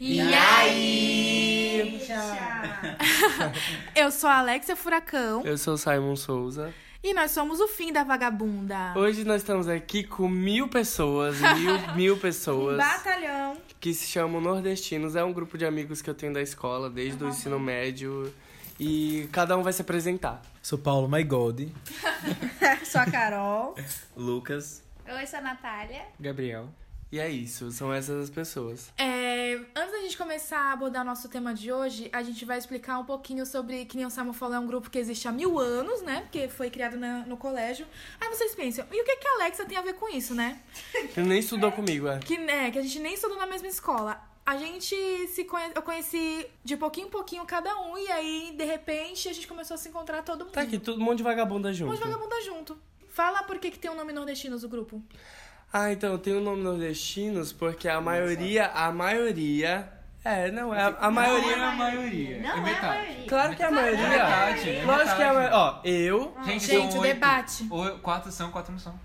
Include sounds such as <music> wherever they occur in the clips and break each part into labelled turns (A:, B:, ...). A: E
B: aí?
A: Eu sou a Alexia Furacão
B: Eu sou o Simon Souza.
A: e nós somos o fim da vagabunda.
B: Hoje nós estamos aqui com mil pessoas, mil, <laughs> mil pessoas,
A: Batalhão.
B: que se chamam Nordestinos. É um grupo de amigos que eu tenho da escola, desde o ensino médio. E cada um vai se apresentar.
C: Sou Paulo My God.
A: <laughs> Sou a Carol.
C: Lucas.
D: Oi, sou a Natália.
B: Gabriel. E é isso, são essas as pessoas.
A: É, antes da gente começar a abordar o nosso tema de hoje, a gente vai explicar um pouquinho sobre que nem o Simon falou, é um grupo que existe há mil anos, né? Porque foi criado na- no colégio. Aí vocês pensam, e o que, que a Alexa tem a ver com isso, né?
B: Que nem estudou comigo, é.
A: Que, né, que a gente nem estudou na mesma escola. A gente se conhe... eu conheci de pouquinho em pouquinho cada um, e aí, de repente, a gente começou a se encontrar todo mundo.
B: Tá aqui, todo mundo de vagabunda junto.
A: Mas vagabunda junto. Fala por que, que tem o nome nordestinos do grupo.
B: Ah, então, tem o nome Nordestinos porque a maioria, a maioria... É, não, é a, a maioria...
D: é a
E: maioria.
D: Não é, a maioria.
B: Claro que é a maioria.
E: É metade, é
B: Lógico que é a
E: metade.
B: maioria. Ó, eu...
A: Gente,
E: Gente, são
A: o
E: oito.
A: debate.
E: Oi, quatro são, quatro não são.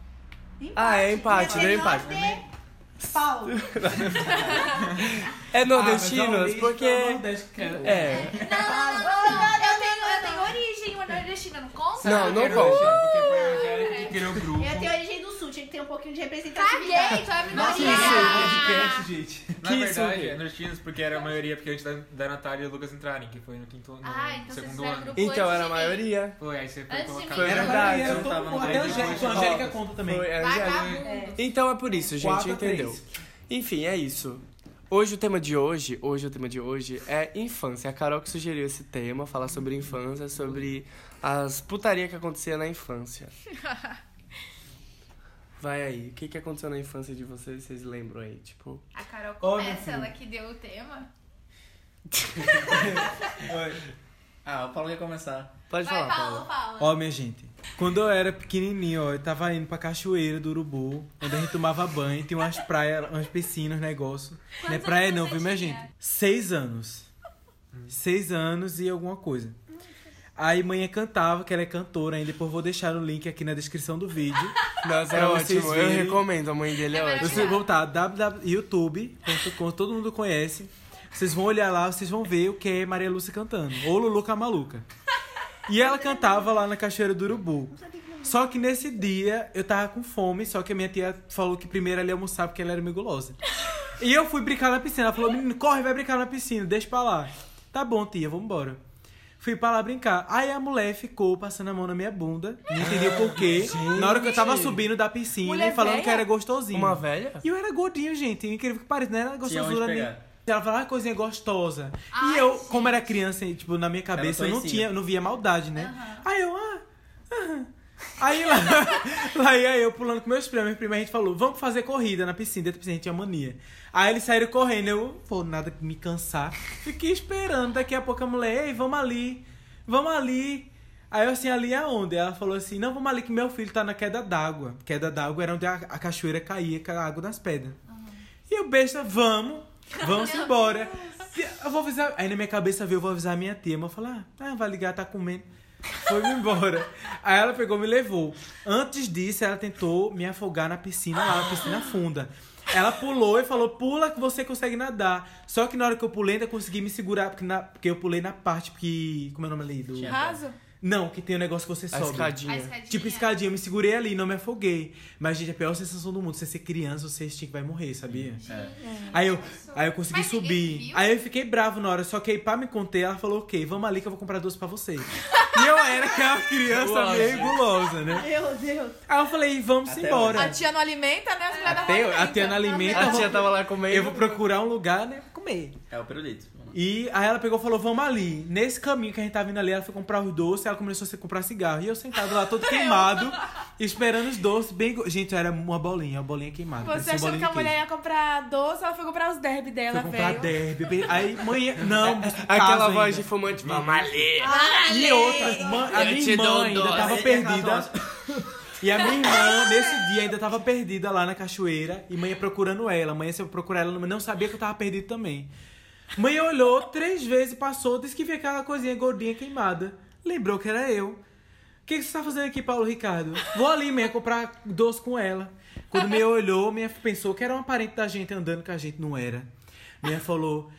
B: Ah, é empate, deu empate.
D: Paulo.
E: Ah, um
B: É nordestinos porque... É,
D: eu, tenho, eu tenho origem, uma nordestina, não conta?
B: Não, não
E: porque
B: conta.
E: foi a Angélica que criou o grupo.
F: Eu tenho origem do sul, tinha que ter um pouquinho de representatividade.
D: Caguei, tu é a
B: tá,
E: Nossa,
D: minoria.
E: isso é um podcast, gente. Na
B: Que isso,
E: verdade,
B: gente?
E: é nordestinos porque era a maioria, porque antes da, da Natália e o Lucas entrarem, que foi no quinto no
D: Ah, então vocês
E: segundo
D: fizeram
E: ano.
D: grupo
B: então
D: antes
B: era a
D: de mim.
B: maioria.
E: Foi, aí você foi
D: Antes de
E: colocar.
D: mim.
B: Era
E: verdade.
B: maioria,
E: eu tava no
C: Até a
E: grupo,
C: Angélica, a
E: depois-
C: Angélica conta também.
B: Foi, é, já-
D: Vagabundo.
B: Então é por isso, gente,
C: Quatro a três.
B: entendeu? Enfim, é isso. Hoje o tema de hoje, hoje o tema de hoje é infância. A Carol que sugeriu esse tema, falar sobre infância, sobre as putaria que acontecia na
D: <laughs>
B: infância. Vai aí, o que que aconteceu na infância de vocês, vocês lembram aí? Tipo,
D: A Carol
C: Ó, meu
D: começa,
C: filho.
D: ela que deu o tema.
E: Ah, o Paulo ia começar.
B: pode
D: Vai,
B: falar, Paula.
D: Paulo, Paulo.
C: Ó, minha gente. Quando eu era pequenininho, ó, eu tava indo pra Cachoeira do Urubu, onde a gente tomava banho, tinha umas praias, umas piscinas, negócio. não é
D: Quantos
C: praia
D: anos
C: não,
D: você
C: viu, minha
D: tinha?
C: gente? Seis anos. Seis anos e alguma coisa.
D: Hum,
C: Aí manhã cantava, que ela é cantora ainda, depois vou deixar o link aqui na descrição do vídeo.
B: Nossa, é
C: Pra vocês
B: ótimo, eu
C: verem.
B: recomendo, a mãe dele é
D: É
B: ótima.
C: Vocês vão tá, www.youtube.com, todo mundo conhece. Vocês vão olhar lá, vocês vão ver o que é Maria Lúcia cantando. Ou Lulu com a Maluca. E ela cantava lá na Cachoeira do Urubu. Só que nesse dia eu tava com fome, só que a minha tia falou que primeiro ela ia almoçar porque ela era meio gulosa. E eu fui brincar na piscina. Ela falou: menino, corre, vai brincar na piscina, deixa pra lá. Tá bom, tia, vambora. Fui pra lá brincar. Aí a mulher ficou passando a mão na minha bunda. Não entendi o porquê. Na hora que eu tava subindo da piscina
A: Mulher
C: e falando que
A: velha?
C: era gostosinho.
B: Uma velha?
C: E eu era gordinho, gente. Incrível que pareça, não era gostosura
G: onde
C: nem.
G: pegar.
C: Ela falava, ah, coisinha gostosa.
D: Ai,
C: e eu,
D: gente.
C: como era criança, e, tipo, na minha cabeça, eu não
G: toicinha.
C: tinha, não via maldade, né? Aí eu, ah, aham. Aí lá, <laughs> lá ia eu pulando com meus primos. Meus primos a gente falou, vamos fazer corrida na piscina. Dentro da piscina a gente tinha mania. Aí eles saíram correndo. Eu, pô, nada que me cansar. Fiquei esperando. Daqui a pouco a mulher, ei, vamos ali. Vamos ali. Aí eu assim, ali aonde? Ela falou assim, não, vamos ali que meu filho tá na queda d'água. Queda d'água era onde a, a cachoeira caía, com a água nas pedras. E o besta, vamos, vamos embora. Eu vou avisar. Aí na minha cabeça veio, eu vou avisar a minha tia. Mas eu falei, ah, ah, vai ligar, tá comendo. Foi me embora. Aí ela pegou e me levou. Antes disso, ela tentou me afogar na piscina lá, na piscina funda. Ela pulou e falou: pula que você consegue nadar. Só que na hora que eu pulei, ainda consegui me segurar, porque, na- porque eu pulei na parte que. Como é o nome ali? Do...
A: Raso?
C: Não, que tem o negócio que você
B: A
C: sobe.
D: A
B: escadinha.
D: escadinha.
C: Tipo escadinha, eu me segurei ali, não me afoguei. Mas, gente, é a pior sensação do mundo, você ser criança, você tinha que vai morrer, sabia? Aí eu, aí eu consegui
D: É. Mas ninguém
C: subir.
D: viu?
C: Aí eu fiquei bravo na hora, só que aí pra me conter, ela falou, ok, vamos ali que eu vou comprar doce pra você. e eu era aquela criança
B: Gulosa.
C: meio gulosa, né?
F: Meu Deus.
C: Aí eu falei, vamos embora.
A: A tia não alimenta, né? As
D: É.
A: mulheres não
C: Até,
A: alimentam.
C: É. a tia não alimenta,
D: tá
B: A
C: eu vou-
B: tia tava lá comendo.
C: eu vou procurar um lugar, né, pra comer.
G: É o pirulito.
C: E aí ela pegou e falou, vamos ali. Nesse caminho que a gente tava vindo ali, ela foi comprar os doces, ela começou a comprar cigarro. E eu sentado lá,
A: <laughs>
C: todo queimado, esperando os doces. Bem... go- Gente, era uma bolinha, uma bolinha queimada.
A: Você
C: parecia uma
A: achou que a
C: bolinha de
A: mulher ia comprar doce, ela foi comprar os derby
C: queijo.
A: dela,
C: Foi comprar
A: velho.
C: derby. bem- Aí,
A: <laughs>
C: manhã... Não,
B: Aquela
C: caso
B: voz de
C: ainda.
B: fumante. Vamos ali.
C: E outra, ma- a
B: Eu
C: minha
B: te dou
C: irmã ainda
B: doce.
C: tava perdida. E a minha irmã, nesse dia, ainda tava perdida lá na cachoeira. E mãe procurando ela. Mãe, se eu procurar ela, não sabia que eu tava perdido também. Mãe olhou três vezes, passou, disse que via aquela coisinha gordinha queimada. Lembrou que era eu. O que, que você tá fazendo aqui, Paulo Ricardo? Vou ali, mãe, comprar doce com ela. Quando me olhou, minha pensou que era uma parente da gente andando, que a gente não era. Minha falou: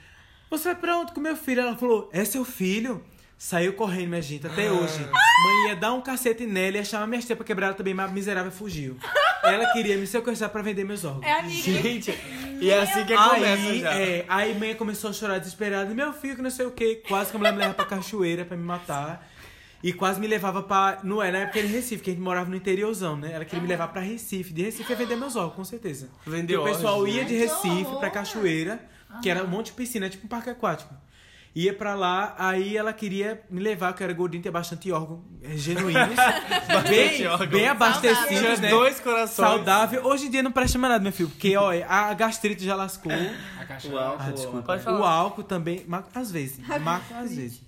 C: Você vai pra onde com meu filho? Ela falou: É seu filho? Saiu correndo, minha gente, até hoje. Mãe ia dar um cacete nela e ia chamar minhas tia pra quebrar ela também, mas a miserável fugiu. Ela queria me sequestrar pra vender meus órgãos.
A: É amiga.
B: Gente, e é assim que começa
C: Aí,
B: já.
C: é, aí mãe começou a chorar desesperada. Meu filho, que não sei o quê. Quase que a mulher me leva pra cachoeira pra me matar. E quase me levava pra... Não era na época de Recife, que a gente morava no interiorzão, né? Ela queria me levar pra Recife. De Recife ia vender meus ovos, com certeza.
B: Vender
C: Porque o pessoal
B: órgãos,
C: ia de
D: né? Que
C: Recife
D: horror.
C: pra cachoeira, que era um monte de piscina, tipo um parque aquático. Ia pra lá, aí ela queria me levar, que eu era gordinho, tinha bastante órgão é,
B: <laughs>
C: genuínos. bem,
B: órgão.
C: bem
B: Tinha
C: abastecidos, né?
B: dois corações.
C: Saudável. Hoje em dia não presta mais nada, meu filho. Porque, olha, a gastrite já lascou.
E: A caixa.
B: O álcool.
C: Ah, desculpa.
B: Pode
C: o
B: falar.
C: álcool também. ma- Às vezes. Marca às vezes.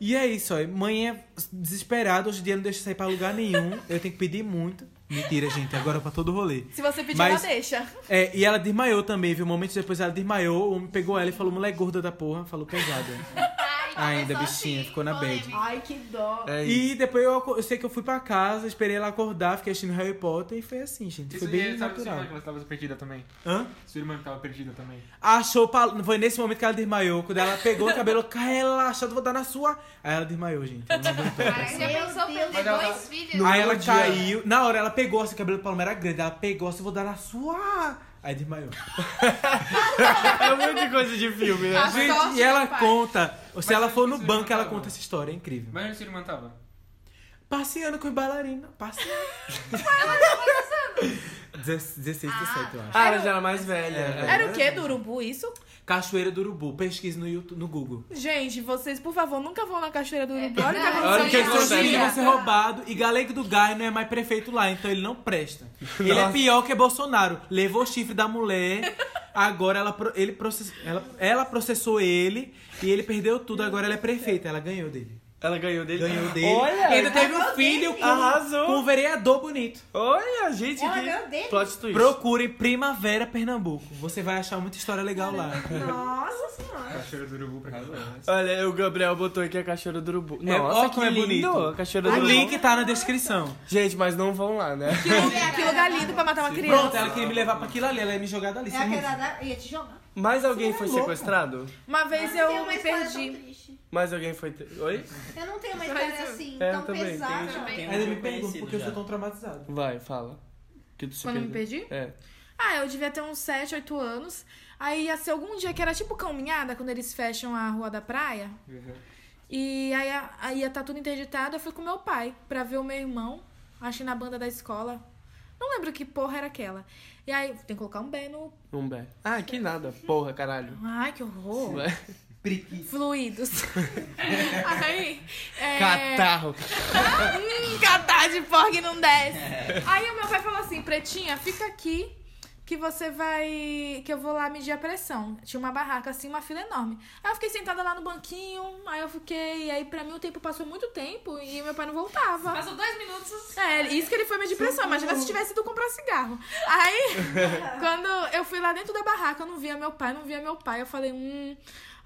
C: E é isso, ó. Mãe é desesperada. Hoje em dia não deixa eu sair pra lugar nenhum. Eu tenho que pedir muito. Mentira, gente. Agora pra todo rolê.
A: Se você pedir,
C: Mas-
A: ela deixa.
C: É, e ela desmaiou também, viu? Momentos depois ela desmaiou. O homem pegou ela e falou: mulher gorda da porra. Falou pesada. Ainda, bichinha. Ficou na bad.
F: assim, Ai, que dó.
B: É isso.
C: E depois eu, aco- eu sei que eu fui pra casa, esperei ela acordar, fiquei assistindo Harry Potter e foi assim, gente.
E: Isso
C: Foi
E: e
C: bem
E: ele sabe que sua
C: natural.
E: irmã que você tava perdida também.
C: Hã?
E: Sua irmã que tava perdida também.
C: Achou, pa- foi nesse momento que ela desmaiou, quando ela pegou o cabelo, <laughs> ela achou, vou dar na sua. Aí ela desmaiou, gente. Ela não
F: <laughs>
C: aguentou.
D: Já pensou
F: Meu Deus.
D: perder
E: Mas ela
D: dois
E: tá-
D: filhos?
C: Aí ela
B: dia.
C: caiu, na hora ela pegou, assim, o cabelo do Paloma era grande, ela pegou, assim, vou dar na sua. Aí desmaiou.
B: <laughs> É muita coisa de filme, né?
D: A sorte
C: Gente, e ela
D: do pai.
C: conta, se ela for no
E: isso
C: banco,
E: não
C: ela
E: tá
C: conta
E: bom.
C: essa história, é incrível.
E: Mas onde sua irmã tava?
C: Passeando com os bailarinos, passeando. <laughs> 16, 17, eu acho.
B: Ah, ela já era mais velha.
C: É.
B: né?
A: Era um- o quê do urubu isso?
C: Cachoeira do Urubu, pesquisa no, YouTube, no Google.
A: Gente, vocês, por favor, nunca vão na cachoeira do urubu.
D: É
A: Olha o que aconteceu
D: verdade.
B: Olha o que
A: na
B: aconteceu.
A: cachoeira.
C: Ele vai ser roubado e Galego do Gai não é mais prefeito lá, então ele não presta. Ele é pior que Bolsonaro. Levou o chifre da mulher, agora ela, pro- ele process- ela, ela processou ele e ele perdeu tudo, agora ela é prefeita, ela ganhou dele.
B: Ela ganhou dele.
C: Ganhou dele.
B: Olha!
C: e ainda teve um filho com,
B: Arrasou.
C: com um vereador bonito.
B: Olha, gente,
F: Ela
B: que
F: ganhou dele?
B: plot twist.
C: Procure Primavera Pernambuco. Você vai achar muita história legal lá.
F: Nossa senhora.
E: Cachoeira do Urubu pra casa.
B: Olha, o Gabriel botou aqui a cachoeira do urubu.
C: É,
B: Nossa,
C: ó,
B: que
C: como é
B: lindo.
C: bonito.
B: A cachoeira do
C: O
B: urubu.
C: link tá na descrição.
B: Gente, mas não vão lá, né?
A: Que lugar- Que lugar lindo pra matar uma criança.
C: Pronto, ela queria me levar pra aquilo ali, ela ia me jogar dali.
F: É
C: sem
F: aquela da... Ia te jogar.
B: Mais alguém
C: Você é
B: foi
C: louco.
B: sequestrado?
A: Uma vez
F: tenho
A: eu
F: uma
A: me
F: história tão
A: perdi.
F: triste.
B: Mais alguém foi. te- Oi?
F: Eu não tenho uma
A: Só
F: história
A: isso.
F: assim,
B: É, eu
F: tão
B: também,
F: pesada.
D: também.
C: Ainda me
G: Foi
C: pergunto
G: conhecido
C: porque eu
G: já.
C: sou tão traumatizado.
B: Vai, fala. Que tu se
A: Quando eu me
B: perdeu.
A: perdi?
B: É.
A: Ah, eu devia ter uns 7, 8 anos. Aí ia ser algum dia que era tipo caminhada, quando eles fecham a rua da praia.
C: Uhum.
A: E aí, a- aí ia tá tudo interditado. Eu fui com meu pai pra ver o meu irmão, acho que na banda da escola. Não lembro que porra era aquela. E aí, tem que colocar um B no.
B: Um bé. Ah, que nada. Porra, caralho.
A: Ai, que horror!
B: Vai.
C: <laughs>
A: Fluidos. aí. É...
B: Catarro.
A: Hum, catar de porco não desce. Aí o meu pai falou assim, pretinha, fica aqui que você vai... que eu vou lá medir a pressão. Tinha uma barraca assim, uma fila enorme. Aí eu fiquei sentada lá no banquinho, aí eu fiquei... aí pra mim o tempo passou muito tempo e meu pai não voltava.
D: Passou dois minutos.
A: É, isso que ele foi medir pressão, imagina se tivesse ido comprar cigarro. Aí, <laughs> quando eu fui lá dentro da barraca, eu não via meu pai, não via meu pai, eu falei, hum.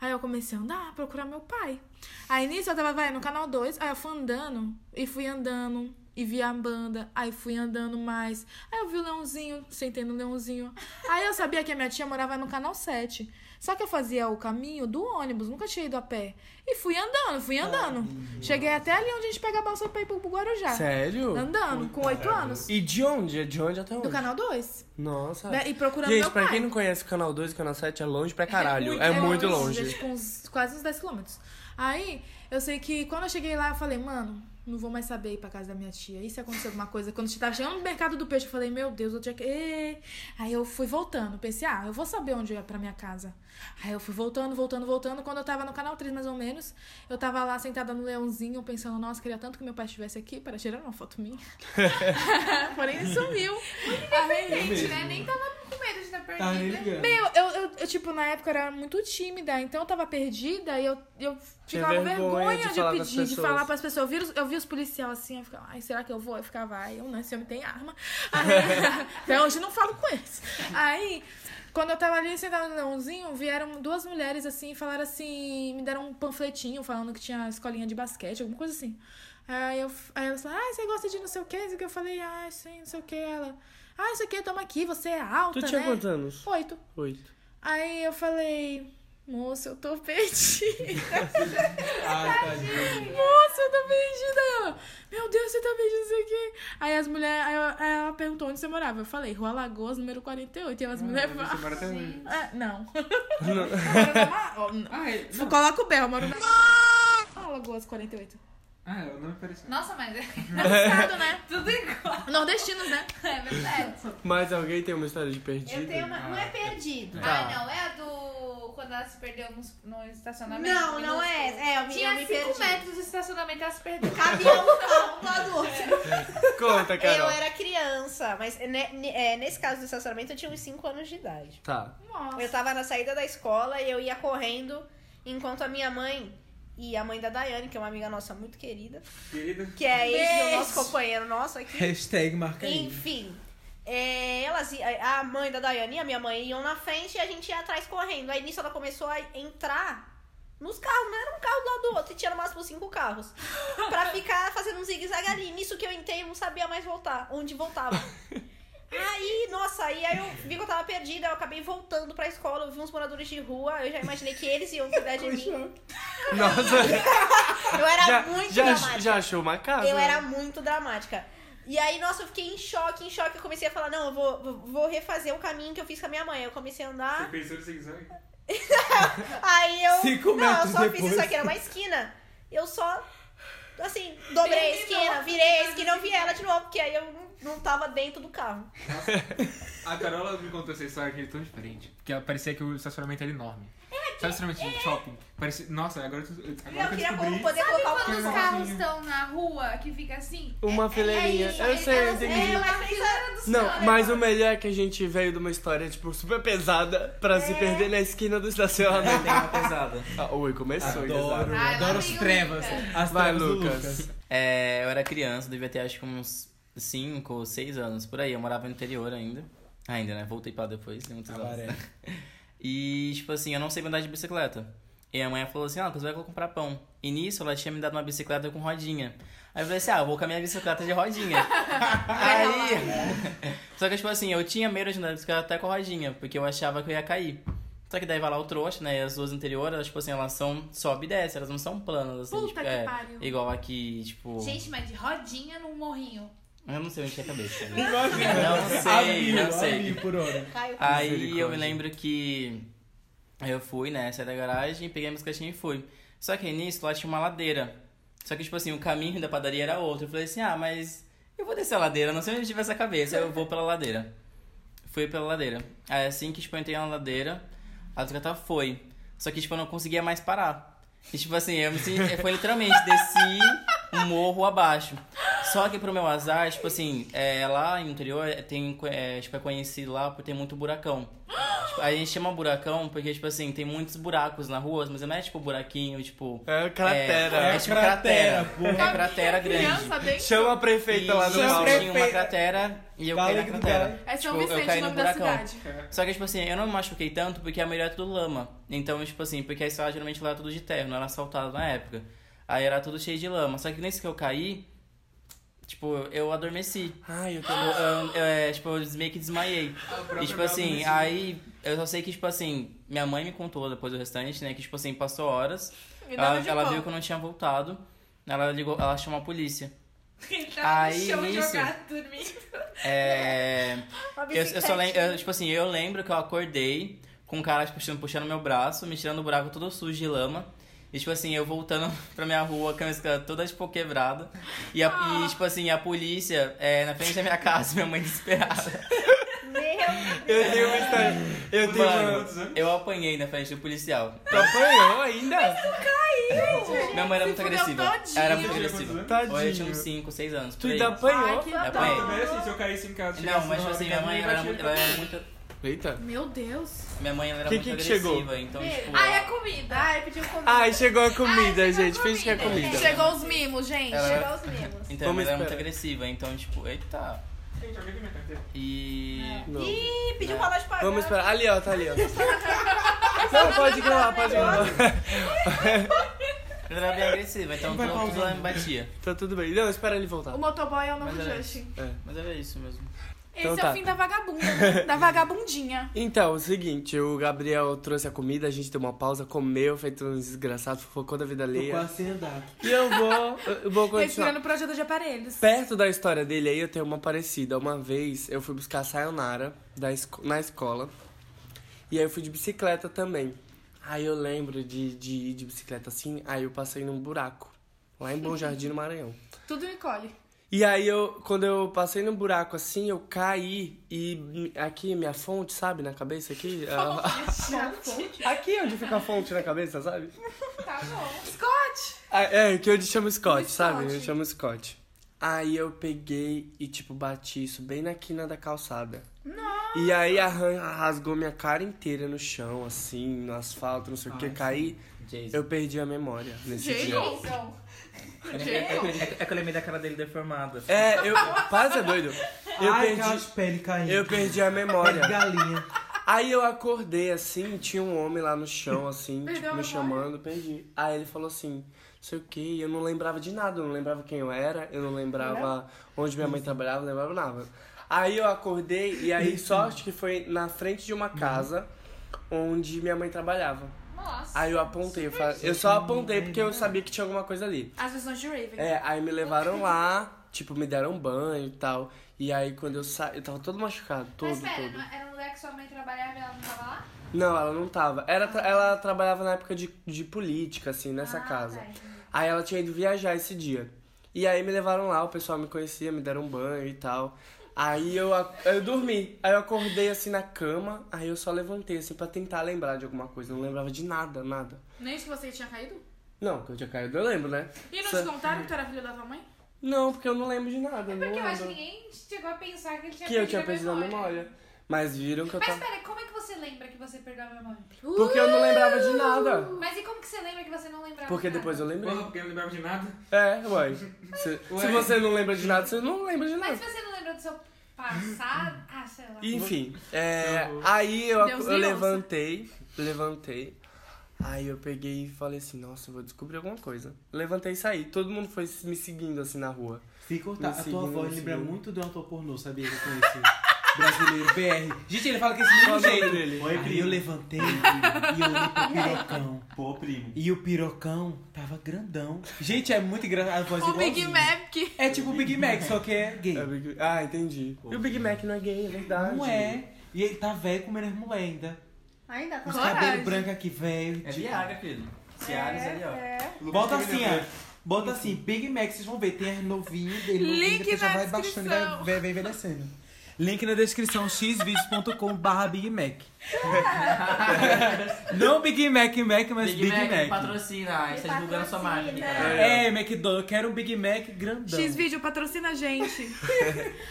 A: Aí eu comecei a andar, procurar meu pai. Aí nisso eu tava, vai, no canal 2, aí eu fui andando, e fui andando, e vi a banda, aí fui andando mais. Aí eu vi o leãozinho, sentei no leãozinho. Aí eu sabia que a minha tia morava no canal 7. Só que eu fazia o caminho do ônibus, nunca tinha ido a pé. E fui andando, fui andando. Cheguei até ali onde a gente pega a balsa pra ir pro pro Guarujá.
B: Sério?
A: Andando, com oito anos.
B: E de onde? É De onde até onde?
A: Do canal 2.
B: Nossa.
A: E procurando
B: Gente,
A: meu
B: pra
A: pai.
B: quem não conhece o canal 2 e o canal 7 é longe pra caralho. É muito, longe.
A: é tipo uns, quase uns 10 quilômetros. Aí, eu sei que quando eu cheguei lá, eu falei, mano, não vou mais saber ir pra casa da minha tia. E se acontecer alguma coisa? Quando eu tava chegando no mercado do peixe, eu falei, meu Deus, eu tinha que... Ê. Aí eu fui voltando. Pensei, ah, eu vou saber onde é pra minha casa. Aí eu fui voltando, voltando, voltando. Quando eu tava no Canal 3, mais ou menos, eu tava lá sentada no leãozinho, pensando, nossa, queria tanto que meu pai estivesse aqui para tirar uma foto minha. <laughs> Porém, ele
B: <laughs>
A: sumiu. Aí-
D: Gente, né? Nem tava com medo de estar
C: Tá
D: perdida.
C: ligado?
A: meu, eu, eu, eu, tipo, na época eu era muito tímida, então eu tava perdida e eu, eu ficava com
B: vergonha
A: vergonha
B: de
A: de,
B: falar com as
A: pedir, de
B: pessoas.
A: falar pras pessoas. Eu vi, os- eu vi os policiais assim, eu ficava, ai, será que eu vou? Eu ficava, ai, eu não, esse homem tem
B: <laughs>
A: arma. Aí, <laughs> até hoje eu não falo com eles. Aí, quando eu tava ali sentada no leãozinho, vieram duas mulheres assim e falaram assim, me deram um panfletinho falando que tinha escolinha de basquete, alguma coisa assim. Aí, eu, aí elas falaram, ai, você gosta de não sei o que? Eu falei, ai, sim, não sei o que. Ela, ai, isso aqui, "Ah, toma aqui, você é alta,
B: Tu tinha
A: né?
B: quantos anos?
A: Oito.
B: Oito.
A: Aí eu falei, moça, eu tô perdida. <laughs>
C: Ai, tadinho.
A: Moça, eu tô perdida. Aí ela, meu Deus, você tá perdida, não sei o quê. Aí as mulheres, aí ela, aí ela perguntou onde você morava. Eu falei, Rua Lagoas, número 48. E elas
G: Ah,
D: é
A: me levaram. <laughs>
E: Você mora até hoje.
A: Ah, não. <laughs>
B: Não.
E: Ah, é,
A: Não.
E: não.
A: Coloca o Bel, eu moro na. Ah, Lagoas 48.
E: ah, eu não me pareço.
D: Nossa, mas é
A: Engraçado, né?
D: tudo igual.
A: Nordestinos, né?
D: É verdade.
B: Mas alguém tem uma história de perdido? Ah,
F: Eu tenho uma. Não é perdido.
B: Tá.
D: Ah, não, é a do. Quando ela se perdeu no, no estacionamento.
F: Não, não é. essa. É, eu me, eu
D: Tinha
F: me
D: 5
F: perdi.
D: metros de estacionamento e ela se perdeu.
F: Cabia um carro um lado do outro.
B: Conta, É, Carol.
F: Eu era criança, mas ne- ne- é, nesse caso do estacionamento eu tinha uns 5 anos de idade.
B: Tá.
A: Nossa.
F: Eu tava na saída da escola e eu ia correndo enquanto a minha mãe e a mãe da Daiane, que é uma amiga nossa muito querida,
E: Querida.
F: que é ex do
A: Beijo.
F: nosso companheiro nosso aqui.
C: Hashtag marca aí.
F: Enfim. é, elas, i- a mãe da Daiane e a minha mãe iam na frente e a gente ia atrás correndo. Aí nisso ela começou a entrar nos carros, não era um carro do lado do outro, e tinha no máximo
B: <laughs>
F: cinco carros. Pra ficar fazendo um zigue-zague ali. Nisso que eu entrei, eu não sabia mais voltar, onde voltava.
B: <laughs>
F: Aí, nossa, aí aí eu vi que eu tava perdida, eu acabei voltando pra escola, eu vi uns moradores de rua, eu já imaginei que eles iam cuidar de mim.
B: Nossa,
F: Eu era
B: já,
F: muito
B: já,
F: dramática.
B: já achou uma casa?
F: Eu
B: né?
F: era muito dramática. E aí, nossa, eu fiquei em choque, em choque. Eu comecei a falar, não, eu vou, vou- vou refazer o caminho que eu fiz com a minha mãe. Eu comecei a
E: Você
F: andar,
E: pensou no zigue-zague?
F: aí eu...
C: Cinco
F: não, eu
C: metros
F: só fiz
C: depois.
F: isso aqui, era uma esquina. Eu só, assim, dobrei a
D: Terminou.
F: esquina, virei a esquina, eu vi ela de novo. Porque aí eu não, não tava dentro do carro.
E: A Carola me contou essa história que é tão diferente. Porque parecia que o estacionamento era enorme.
F: É,
E: Sabe o estacionamento de shopping? Parecia... Nossa, agora, tu- agora
F: eu
E: que eu
F: queria
E: descobri...
F: poder
D: Sabe
F: colocar o
D: quando os
E: carro.
D: carros estão na rua que fica assim?
B: Uma fileirinha.
D: isso,
B: Eu
D: é-
B: sei,
D: elas-
B: entendi.
D: É uma fileira dos
B: Não,
D: caras.
B: mas o melhor é que a gente veio de uma história, tipo, super pesada pra se
D: É.
B: perder na esquina do estacionamento.
G: É, Tem uma pesada.
B: <laughs> Ah, oi, começou.
C: Adoro,
B: exato.
D: Ai, lá
C: adoro as
D: vem o
C: trevas.
D: Lucas.
C: As
B: Vai,
C: trevas do
B: Lucas.
G: É, eu era criança, devia ter acho que uns 5 ou 6 anos, por aí. Eu morava no interior ainda. Ainda, né? Voltei pra lá depois, tem muitos anos.
C: Amarelo.
G: <laughs> E, tipo assim, eu não sei andar de bicicleta. E a mãe falou assim, ah, Lucas, vai comprar pão. E nisso, ela tinha me dado uma bicicleta com rodinha. Aí eu falei assim, ah, eu vou com a minha bicicleta
A: <laughs>
G: de rodinha. aí... <laughs> Só que, tipo assim, eu tinha medo de andar de bicicleta até com rodinha, porque eu achava que eu ia cair. Só que daí vai lá o trouxa, né? E as duas anteriores, elas, tipo assim, elas são sobe e desce, elas não são planas, assim.
A: Puta
G: tipo,
A: que
G: é,
A: pariu.
G: Igual aqui, tipo...
D: Gente, mas de rodinha num morrinho. <laughs>
G: Eu não sei onde é a cabeça. né?
C: Imagina.
G: Não sei,
C: a
G: não
C: mil, a
G: sei.
C: mil por hora.
F: Caiu.
G: Aí eu me lembro que eu fui, né, saí da garagem, peguei minhas caixinhas e fui. Só que aí nisso lá tinha uma ladeira. Só que, tipo assim, o caminho da padaria era outro. Eu falei assim, ah, mas eu vou descer a ladeira, não sei onde tiver essa cabeça, eu vou pela ladeira. Fui pela ladeira. Aí assim que, tipo, eu entrei na ladeira, a bicicleta foi. Só que, tipo, eu não conseguia mais parar. E, tipo assim, eu me senti... Foi literalmente, desci um morro abaixo. Só que pro meu azar, tipo assim, é, lá no interior é, tem, é, tipo, é conhecido lá por ter muito buracão. Tipo, a gente chama buracão porque, tipo assim, tem muitos buracos na rua, mas não é tipo buraquinho, tipo.
B: É cratera.
G: É, é tipo cratera.
C: Cratera,
G: É cratera grande.
A: Criança, bem.
B: Chama a
G: E
B: prefeita lá Tá do
C: Chama a
G: isso,
B: Paulo.
G: tinha uma cratera e eu caí na
C: Vale do
B: né?
G: cratera.
A: É São
G: Tipo, eu
A: Vicente,
G: caí
A: o
G: no
A: nome da
G: buracão.
A: cidade.
G: Só que, tipo assim, eu não me machuquei tanto porque a maioria é tudo lama. Então, tipo assim, porque a estrada geralmente lá era tudo de terra, não era asfaltado na época. Aí era tudo cheio de lama. Só que nesse que eu caí, tipo, eu adormeci.
B: Ai, eu
G: Eu, eu- eu, é, tipo, eu meio que desmaiei. E tipo assim, aí eu só sei que, tipo assim, minha mãe me contou depois do restante, né? Que, tipo assim, passou horas.
A: Me dá
G: Ela,
A: uma de
G: ela
A: pau.
G: viu que eu não tinha voltado. Ela ligou, ela chamou a polícia.
D: Ele tava
G: Aí,
D: no chão
G: nisso-
D: jogado, dormindo.
G: É.
F: Uma
G: Eu, eu só lembro,
F: bicicletinha.
G: tipo assim, eu lembro que eu acordei com o cara tipo, puxando, puxando meu braço, me tirando do buraco todo sujo de lama. E, tipo assim, eu voltando <laughs> pra minha rua, com a camiseta toda, tipo, quebrada. E, a- e, tipo assim, a polícia é, na frente da minha casa, <laughs> minha mãe desesperada.
F: Meu
B: Eu tenho uma história. Eu tenho
G: Mano,
B: uma.
G: eu apanhei na frente do policial.
B: Tu apanhou ainda?
G: Minha mãe era muito
A: fudeu
G: agressiva.
A: todinho.
G: Era muito
E: Você tinha
G: agressiva.
E: quantos
B: anos?
G: Hoje eu tinha
B: Tadinho.
G: uns 5, 6 anos.
B: Tu
G: Por aí.
B: ainda apanhou?
A: Ai, que
G: Eu
A: dó.
G: apanhei.
E: Também assim, se eu caísse em casa...
G: Não,
E: chegasse
G: mas,
E: na
G: tipo
E: hora
G: assim,
E: do
G: minha mãe
E: caminho,
G: era
E: batia
G: muito.
E: ele.
G: Ela era muito,
B: Eita.
A: Meu Deus.
G: minha mãe ela era
B: Que-
G: muito
B: que que
G: agressiva,
B: chegou?
G: então, tipo.
D: Ai, é comida. Ai, pediu comida.
B: Ai, chegou a comida,
D: Ai, chegou a
B: gente. Finge que é
D: comida.
B: comida.
A: Chegou os mimos, gente.
G: Ela-
F: Chegar os mimos.
G: Então,
B: Vamos
G: ela era muito
B: esperar.
G: agressiva, então, tipo, eita.
E: Gente, alguém viu minha carteira?
G: E.
B: Não.
F: Ih, pediu pra nós pagar.
B: Vamos esperar. Ali, ó, tá
D: <laughs>
B: ali, ó. Não, pode gravar, pode gravar.
G: Ela era bem agressiva, então
C: Vai
G: tudo, tudo
C: pausando.
G: ela me batia.
B: Tá tudo bem. Não, espera ele voltar.
A: O motoboy é o novo
G: Mas era
A: Justin.
G: Mas era isso mesmo.
A: Esse
B: Então
A: é
B: tá.
A: o fim da vagabunda, né? da vagabundinha.
B: Então, o seguinte, o Gabriel trouxe a comida, a gente deu uma pausa, comeu, feito uns desgraçados, fofocou da vida
C: Tô
B: alheia.
C: quase sem andar.
B: E eu vou, eu vou continuar.
A: Respirando projeto de aparelhos.
B: Perto da história dele aí, eu tenho uma parecida. Uma vez eu fui buscar a Sayonara da esco- na escola. E aí eu fui de bicicleta também. Aí eu lembro de, de ir de bicicleta assim, aí eu passei num buraco. Lá em Bom Jardim, no Maranhão.
A: Tudo me colhe.
B: E aí eu, quando eu passei num buraco assim, eu caí e mi- aqui minha fonte, sabe, na
A: <laughs>
B: cabeça aqui? a- aqui onde fica a fonte na cabeça, sabe?
A: Tá bom. Scott!
B: Ah, É, que eu chamo Scott,
A: O
B: sabe?
A: Scott.
B: Eu chamo Scott. Aí eu peguei e, tipo, bati isso bem na quina da calçada. Nossa. E aí arran- rasgou minha cara inteira no chão, assim, no asfalto, não sei o que. Caí,
G: Jason.
B: eu perdi a memória nesse dia.
G: É, é, é- é que eu lembrei da cara dele deformada.
B: É, eu. Quase é doido. Eu
C: Ai, aquelas
B: perdi.
C: pele caindo.
B: Eu perdi a memória.
C: Galinha.
B: Aí eu acordei assim, tinha um homem lá no chão, assim,
A: Perdeu
B: tipo,
A: a
B: me
A: memória?
B: chamando, perdi. Aí ele falou assim, não sei o que, eu não lembrava de nada, eu não lembrava quem eu era, eu não lembrava onde minha mãe trabalhava, não lembrava nada. Aí eu acordei e aí sorte que foi na frente de uma casa onde minha mãe trabalhava.
D: Nossa.
B: Aí eu apontei, eu, fa- eu só apontei porque eu sabia que tinha alguma coisa ali.
A: As visões de Raven.
B: É, aí me levaram lá, tipo, me deram banho e tal. E aí quando eu saí, eu tava todo machucado, todo,
D: Mas pera,
B: todo.
D: não- era um lugar que sua mãe trabalhava e ela não tava lá?
B: Não, ela não tava. Era tra- ela trabalhava na época de, de política, assim, nessa
D: Ah,
B: casa.
D: tá, entendi.
B: Aí ela tinha ido viajar esse dia. E aí me levaram lá, o pessoal me conhecia, me deram um banho e tal. Aí eu, ac- eu dormi. Aí eu acordei assim na cama, aí eu só levantei assim pra tentar lembrar de alguma coisa. Não lembrava de nada, nada.
A: Nem isso que você tinha caído?
B: Não, que eu tinha caído, eu lembro, né?
A: E não
B: Só-
A: te contaram que tu era filho da tua mãe?
B: Não, porque eu não lembro de nada. não
D: É Porque eu acho
B: lembro.
D: que ninguém chegou a pensar que ele tinha
B: Que eu tinha perdido
D: perdido
B: a memória. Mas viram que eu
D: Mas
B: tava.
D: pera, como é que você lembra que você perdeu a memória?
B: Porque eu não lembrava de nada.
D: Mas e como que você lembra que você não lembrava?
B: Porque
D: nada?
B: depois eu lembrei.
E: Porra, porque eu não lembrava de nada.
B: É, uai. Se, se
E: Uai.
B: você não lembra de nada, você não lembra de nada.
D: Mas se você não lembra do seu
B: <clears throat>
D: passado. Ah, sei lá.
B: Enfim, é, aí eu,
A: Deus
B: eu
A: me ouça.
B: levantei, levantei. Aí eu peguei e falei assim, nossa, eu vou descobrir alguma coisa. Levantei e saí. Todo mundo foi me seguindo assim na rua.
C: Se
B: Me
C: cortar, a tua
B: seguindo,
C: voz
B: me
C: lembra
B: seguindo.
C: muito do ator pornô, sabia? Que eu conheci. Brasileiro, BR. Gente, ele fala que é esse mesmo
B: Qual o nome
C: jeito.
B: dele?
C: Aí eu levantei e eu olhei pro pirocão.
H: Pô, primo.
C: E o pirocão tava grandão. Gente, é muito engraçado. A voz
A: O Uh, Big
C: igualzinha.
A: Mac.
C: É tipo o Big Mac, só que é gay.
B: É, Big- Ah, entendi. E o Big Mac não é gay, é verdade.
C: Não é. E ele tá velho comendo as mulher ainda.
F: Ainda tá
C: Os
A: Coragem.
C: cabelos brancos aqui, velho.
G: É Viagra, filho.
F: É,
G: Cialis
E: É.
G: ali, ó.
C: Bota assim, ó. Bota assim, Big Mac, vocês vão ver, tem as novinhas dele.
A: Link
C: novinha, depois
A: na
C: já vai baixando e
A: descrição.
C: vai, vai, vai envelhecendo. Link na descrição, xvideos.com barra
A: <laughs>
C: Big Mac. Não Big Mac Mac, mas Big, Mac.
G: patrocina, a gente tá divulgando sua marca. aqui, cara.
C: É, McDonald's, eu quero um Big Mac grandão.
A: X-Vídeo patrocina a gente.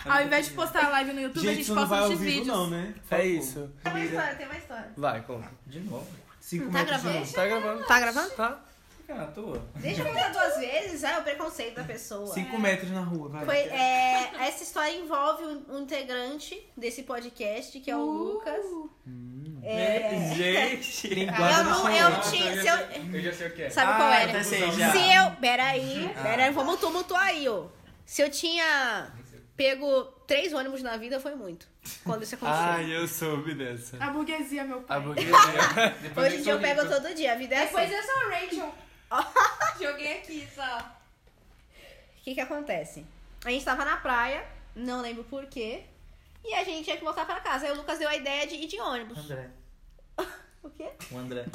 A: Ao invés de postar a live no YouTube, a
C: Gente,
A: gente
C: isso não
A: posta
C: vai
A: no
C: ao vivo
A: X-Vídeos.
C: não, né?
B: É isso.
F: Tem uma história, tem uma história.
B: Vai, conta.
G: De novo.
C: Cinco tá
F: gravando?
B: Tá gravando?
F: Tá gravando?
B: Tá.
G: Fica na tua.
F: Deixa eu contar duas vezes, é o preconceito da pessoa.
C: 5 metros na rua, vai.
F: Foi, é, essa história envolve um, um integrante desse podcast, que é o Lucas. É,
G: Gente!
C: Tem guarda
F: eu
C: no
F: não,
C: chão. né?
F: eu tinha. Se eu,
E: Eu já sei o que é.
F: sabe qual
G: Ah,
F: era?
G: até
F: Se
G: sei já.
F: eu. Peraí, peraí, vamos tumultuar aí, ó. Se eu tinha pego três ônibus na vida, foi muito. Quando isso aconteceu.
B: Ai, eu soube dessa.
A: A burguesia, meu
B: A
G: <laughs>
A: pai.
B: burguesia.
E: Depois
F: Hoje em dia eu
E: sou
F: pego
E: rico.
F: todo dia, a vida é
D: Depois
F: assim.
D: eu sou a Rachel. Joguei aqui só.
F: O que que acontece? A gente tava na praia, não lembro porquê, e a gente tinha que voltar pra casa. Aí o Lucas deu a ideia de ir de ônibus.
G: André.
F: <laughs> O quê?
G: O André.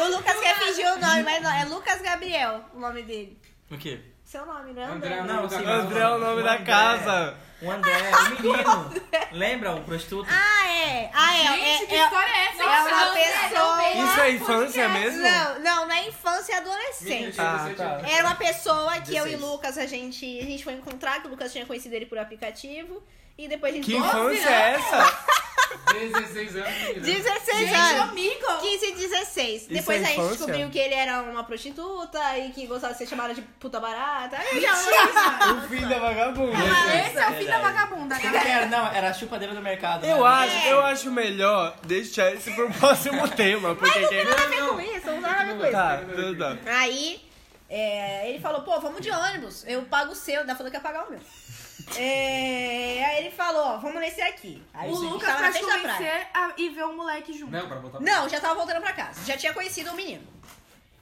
F: O Lucas quer fingir o nome, mas não, é Lucas Gabriel o nome dele.
G: O quê?
F: Seu nome, não é André?
E: André,
G: Não,
E: não,
G: sim,
E: não.
B: André é o nome da casa.
G: O André, o menino. Lembra o prostituto?
F: Ah, é! Ah, é!
A: Gente, que
F: é, é,
A: história é essa?
F: é
A: Nossa,
F: uma pessoa.
B: Isso é infância mesmo?
F: Não, não, na infância e
E: Menino,
F: adolescente.
E: tinha
B: Ah,
E: 17
B: tá.
E: anos.
F: Era uma pessoa que eu e
G: 16.
F: Lucas, a gente, a gente foi encontrar, que o Lucas tinha conhecido ele por aplicativo. E depois a gente
B: Que
F: voltou.
B: infância é essa?
F: É.
E: 16 anos, menino.
F: 16
A: Gente,
F: anos.
A: amigo!
F: 15 e 16.
B: é
F: Depois aí a gente
B: infância?
F: descobriu que ele era uma prostituta e que gostava de ser chamada de puta barata. Eu já não
B: O fim da vagabunda.
A: Esse é o fim da vagabunda, galera.
G: Era- Não, era a chupadeira do mercado.
B: Eu
G: né?
B: acho, eu acho melhor deixar esse pro <laughs> próximo tema, porque quem...
F: não, com isso, não dá nada com isso.
B: Tá, tudo bem.
F: Aí é, ele falou, pô, vamos de ônibus. Eu pago o seu, ainda falou que ia pagar o meu. É, aí ele falou, ó, vamos nesse aqui. Aí
A: o
F: a gente
A: Lucas
F: tava na
A: pra te
F: frente da praia.
A: convencer a- e ver o moleque junto.
E: Não, pra voltar pra
F: Não, já tava voltando pra casa. Já tinha conhecido o menino.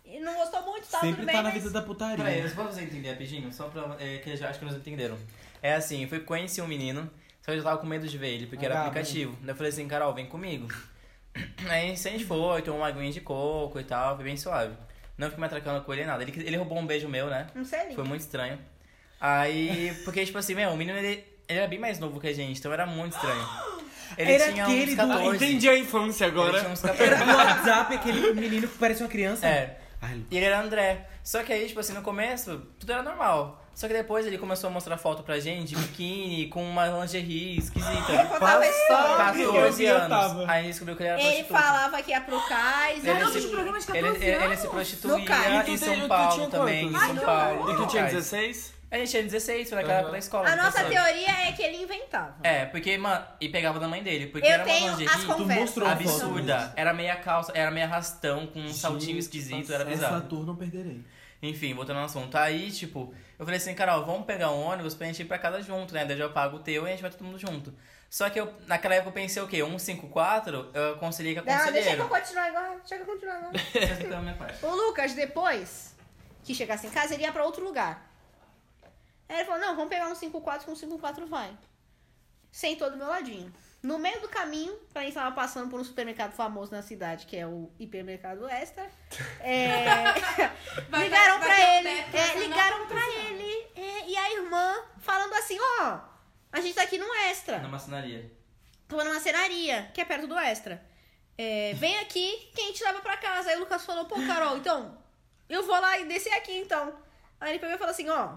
F: E não gostou muito, tava
C: Sempre
F: tudo bem,
C: tá na
F: mas...
C: vida da putaria.
G: Peraí, eu só pra você entender rapidinho, só pra. É, que eu já acho que nós entendemos. É assim, eu fui conhecer um menino, só que eu tava com medo de ver ele, porque era
C: Ah,
G: aplicativo. Daí eu falei assim, Carol, vem comigo. <clears throat> Aí a gente foi, tomou uma aguinha de coco e tal, foi bem suave. Não fiquei me atracando com ele nem nada. Ele, ele roubou um beijo meu, né?
F: Não sei nem.
G: Foi muito estranho. Aí, porque, tipo assim, meu, o menino ele, ele era bem mais novo que a gente, então era muito estranho. Ele
C: Era
G: tinha
C: aquele
G: uns
C: do-
G: 14.
B: Ah, Entendi a infância
G: Ele tinha
B: agora.
G: uns 14.
C: Era no WhatsApp aquele menino que parece uma criança.
G: É.
C: Ai, Lu-
G: E ele era André. Só que aí, tipo assim, no começo, tudo era normal. Só que depois ele começou a mostrar foto pra gente, de biquíni, com uma lingerie esquisita.
F: Contava a história.
G: 14
C: Eu
G: anos.
C: tava.
G: Aí descobriu que ele era
F: Ele
G: prostituta.
F: falava que ia pro cais. assim,
A: Garoto
G: se-
A: de programa de
G: Ele,
A: 14
G: ele- ele
A: é anos?
G: se
F: No cais.
G: prostituía
B: E
G: em
B: tu te- e
G: São
B: tu
G: Paulo
B: tinha
G: também, em
B: quantos?
G: São
A: Ai, que
G: Paulo.
A: horror.
B: E tu
G: no
B: tinha
G: cais.
B: 16?
G: A gente tinha 16, foi naquela
E: Aham.
G: época da escola.
F: A nossa
G: professora.
F: teoria é que ele inventava.
G: É, porque, mano, e pegava da mãe dele, porque
F: Eu
G: era uma
F: tenho
G: lingerie
F: as
C: tu
F: conversas.
C: mostrou a foto
G: absurda. Era meia calça, era meia rastão com um saltinho
C: Gente,
G: esquisito, era
C: Essa
G: bizarro.
C: tour não perderei.
G: Enfim, voltando ao assunto. Aí, tipo, eu falei assim, Carol, vamos pegar um ônibus pra gente ir pra casa junto, né? Daí eu pago o teu e a gente vai todo mundo junto. Só que eu, naquela época eu pensei o quê? 154? Eu aconselhei que
F: Não, deixa que eu
G: <laughs> aconselheiro.
F: continuar agora. Deixa que eu continuar agora.
G: Vocês entenderam a minha parte.
F: O Lucas, depois que chegasse em casa, ele ia pra outro lugar. Aí ele falou, não, vamos pegar um 5-4, com um 5-4 vai. Sentou do meu ladinho. No meio do caminho, a gente tava passando por um supermercado famoso na cidade, que é o hipermercado Extra. É...
D: <laughs> Vai-
F: ligaram
D: vai- um
F: pra
D: vai dar
F: ele,
D: pé,
F: é,
D: passa na-
F: ligaram pra ele, é, e a irmã falando assim, ó, a gente tá aqui no Extra.
G: Na maçonaria.
F: Tava numa cenaria, que é perto do Extra. É, vem aqui, quem te leva pra casa? Aí o Lucas falou, pô, Carol, então, eu vou lá e descer aqui, então. Aí ele pegou e falou assim, ó,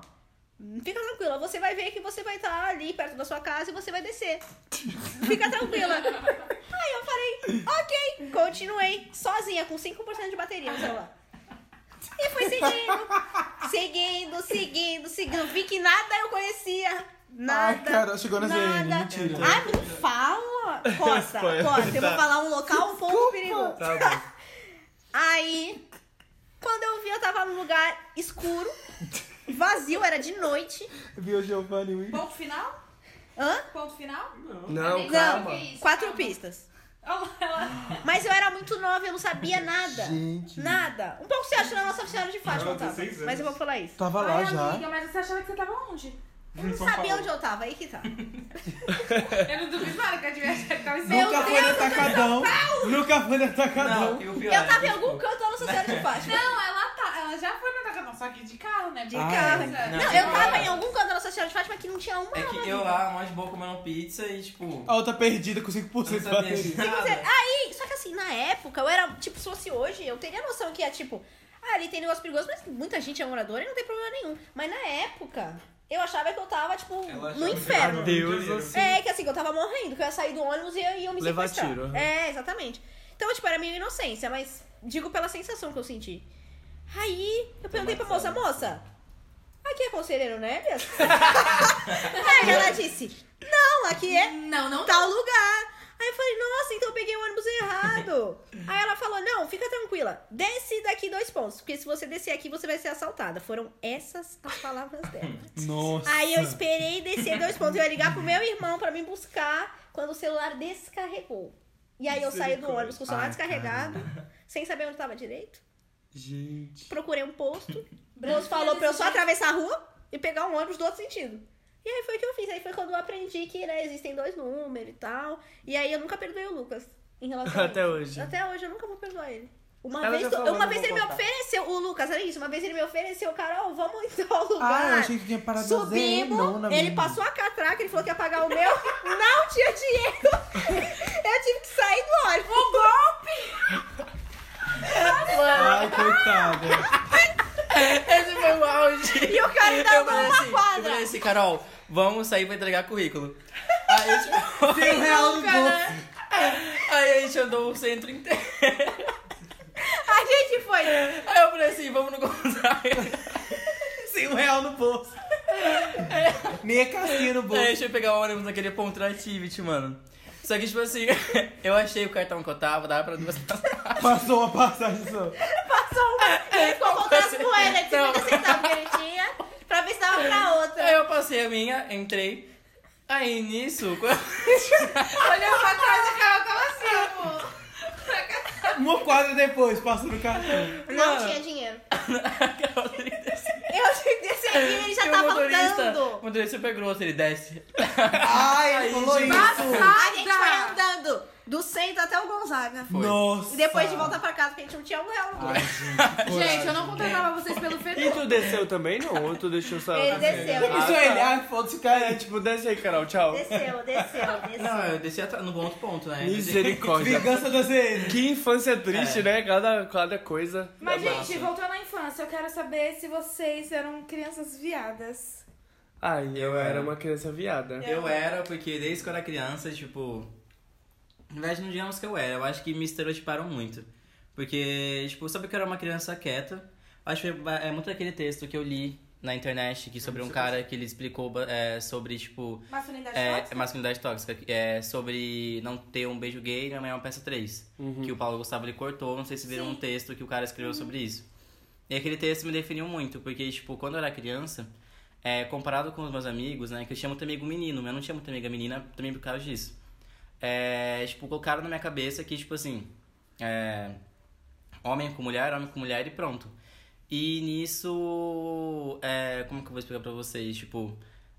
F: fica tranquila, você vai ver que você vai estar ali perto da sua casa e você vai descer. Fica tranquila. Aí eu falei, ok, continuei, sozinha, com 5% de bateria no celular. E fui seguindo, seguindo, seguindo, seguindo. Vi que nada eu conhecia. Nada.
C: Ai, cara, chegou na
F: nada.
C: ZN, mentira.
F: Ai, não fala! Costa,
B: Foi,
F: costa. Eu vou
B: tá.
F: falar um local um pouco perigoso.
B: Tá bom.
F: Aí, quando eu vi, eu tava num lugar escuro, vazio, era de noite.
C: Viu, Giovanni? Ui.
D: Ponto final?
F: Hã?
D: Ponto final?
B: <laughs> Não,
D: Não.
B: calma.
D: Isso,
F: Quatro
D: calma.
F: pistas.
D: Olha lá.
F: Mas eu era muito nova, eu não sabia nada. Nada. Um pouco se acha na Nossa Senhora de Fátima,
E: Não,
F: tava.
E: 16 anos.
F: Mas eu vou falar isso.
C: Tava lá
A: Ai,
C: já.
A: amiga, mas você achava que você tava onde?
F: Eu não
E: São
F: sabia
E: Paulo.
F: onde eu tava, aí que tá.
D: Eu não duvido nada que eu
B: <laughs>
D: tivesse que tava em
C: Nunca foi no atacadão. Nunca foi no atacadão.
G: Não, e o pior.
F: Eu tava em
G: é que,
F: algum
G: tipo,
F: canto da Nossa Senhora de Fátima.
D: Não, ela tá. Ela já foi na Tacadão, só que de carro, né?
F: De
C: Ah,
F: carro.
C: é.
F: Não,
G: Não,
F: eu
G: não.
F: tava em algum canto da Nossa Senhora de Fátima que não tinha uma
G: É
F: alma
G: que eu
F: viva.
G: lá, mais de boa, comendo pizza e, tipo.
C: A outra perdida com
G: Não
C: 5% de
G: sabia de
C: bateria.
G: nada.
F: <laughs> Aí, só que assim, na época, eu era, tipo, se fosse hoje, eu teria noção que é, tipo, ah, ali tem negócio perigoso, mas muita gente é moradora e não tem problema nenhum. Mas na época, eu achava que eu tava, tipo,
E: Ela achava
F: no
E: que
F: inferno.
E: Deus,
F: É, que assim, que eu tava morrendo, que eu ia sair do ônibus e eu ia me
B: Levar
F: sequestrar.
B: tiro, aham.
E: né?
F: É, exatamente. Então, tipo, era meio inocência, mas digo pela sensação que eu senti. Aí,
E: Tá
F: eu perguntei pra moça, moça, aqui é conselheiro
E: <laughs>
F: Nélias? <laughs> Aí ela disse, não, aqui é
D: Não, não
F: tal lugar. Aí eu falei, nossa, então eu peguei o ônibus errado.
C: <laughs>
F: Aí ela falou, não, fica tranquila, desce daqui dois pontos, porque se você descer aqui, você vai ser assaltada. Foram essas as palavras dela.
C: Nossa.
F: Aí eu esperei descer dois pontos, eu ia ligar pro meu irmão pra me buscar, quando o celular descarregou. E aí eu saí do ônibus com o celular
C: Ai,
F: descarregado, sem saber onde tava direito.
G: <laughs>
C: Gente.
F: Procurei um posto, o moço falou pra eu só atravessar a rua e pegar um ônibus do outro sentido. E aí foi o que eu fiz. Aí foi quando eu aprendi que, né, existem dois números e tal. E aí eu nunca perdoei o Lucas em relação a
B: Até
F: isso.
B: hoje.
F: Até hoje eu nunca vou perdoar ele. Uma
B: Ela
F: vez,
B: já falou,
F: uma
B: não
F: vez
B: vou
F: ele me
B: contar.
F: ofereceu, o Lucas, olha isso, uma vez ele me ofereceu, Carol, vamos <laughs> em tal lugar.
C: Ah, eu achei que tinha parado na
F: Subimos,
C: Zenona
F: ele
C: mesmo.
F: passou a catraca, ele falou que ia pagar o meu, <laughs> não tinha dinheiro. <laughs> Eu tive que sair do ônibus. O golpe!
C: Ai, coitada.
G: <laughs>
F: <laughs>
G: Esse foi o auge.
F: E o cara ainda
G: Eu
F: andou
G: falei
F: uma
G: assim, Eu
F: quadra.
G: falei assim, Carol, vamos sair pra entregar currículo. Aí, tipo, <laughs>
C: Tem um real no
F: né?
C: bolso.
G: aí a gente andou o centro inteiro.
F: A gente foi.
G: Aí eu falei assim, vamos no contrário.
C: Tem um real no bolso. Nem a casquinha no
G: Aí
C: bolso.
G: deixa eu pegar o ônibus naquele ponto da Activity, mano. Só que, tipo assim, <laughs> eu achei o cartão que eu tava, dava pra duas
C: <laughs>
G: passagens.
C: Passou uma passagem só.
F: É, Passou um. Ele ficou contando as moedas de
G: Não.
F: 50 centavos que ele tinha pra ver vez dava pra outra.
G: Aí eu passei a minha, entrei. Aí nisso. <laughs> quando-
D: Olhou pra trás e ficava como assim, pô?
C: Uma quadra depois, passando o cartão.
F: Não tinha dinheiro.
G: Aquela motorista-
F: Eu tinha que descer aqui e ele já tá
G: E o
F: tava
G: motorista, o
F: andando.
G: motorista super grosso, ele desce.
C: Ai, ele falou isso.
F: A gente foi
A: Passada!
F: andando do centro até o Gonzaga.
C: Nossa.
F: E depois de volta pra casa, porque a gente não tinha um real. no bolso.
G: Ah,
A: Gente, eu não contratava vocês pelo
B: E
A: fedor.
B: tu desceu também, não? Ou tu deixou só...
G: então
F: Ele desceu,
C: Isso
F: desceu.
C: ele, ai, foda-se, cara.
B: É, tipo, desce aí, Carol,
G: Ah.
B: tchau.
F: Desceu, desceu,
G: Não,
F: desceu.
G: eu desci atra- no outro ponto, né?
B: Misericórdia.
C: Vingança da ZN.
B: Que infância triste,
G: É.
B: né? Cada, cada coisa.
A: Mas,
G: Da
A: gente,
G: massa.
A: voltando à infância, eu quero saber se vocês eram crianças viadas.
B: Ai, eu
G: Eu
B: era
G: era.
B: uma criança viada.
G: Eu era, porque desde que eu era criança, tipo. Na verdade, não digamos que eu era, eu acho que me estereotiparam muito. Porque, tipo, sabe que eu era uma criança quieta? Acho que é ba- é muito daquele texto que eu li na internet que sobre um cara que ele explicou ba- é, sobre, tipo,
A: Masculinidade
G: é,
A: tóxica?
G: masculinidade tóxica, que é sobre não ter um beijo gay, minha mãe é uma peça 3.
B: Uhum.
G: Que o Paulo Gustavo ele cortou, não sei se viram um texto que o cara escreveu sobre isso. E aquele texto me definiu muito, porque, tipo, quando eu era criança, é, comparado com os meus amigos, né, que eu tinha muito amigo menino, mas eu não tinha muita amiga menina também por causa disso. É, tipo, colocaram na minha cabeça que, tipo assim, é, homem com mulher, homem com mulher e pronto. E nisso, é, como que eu vou explicar pra vocês? Tipo,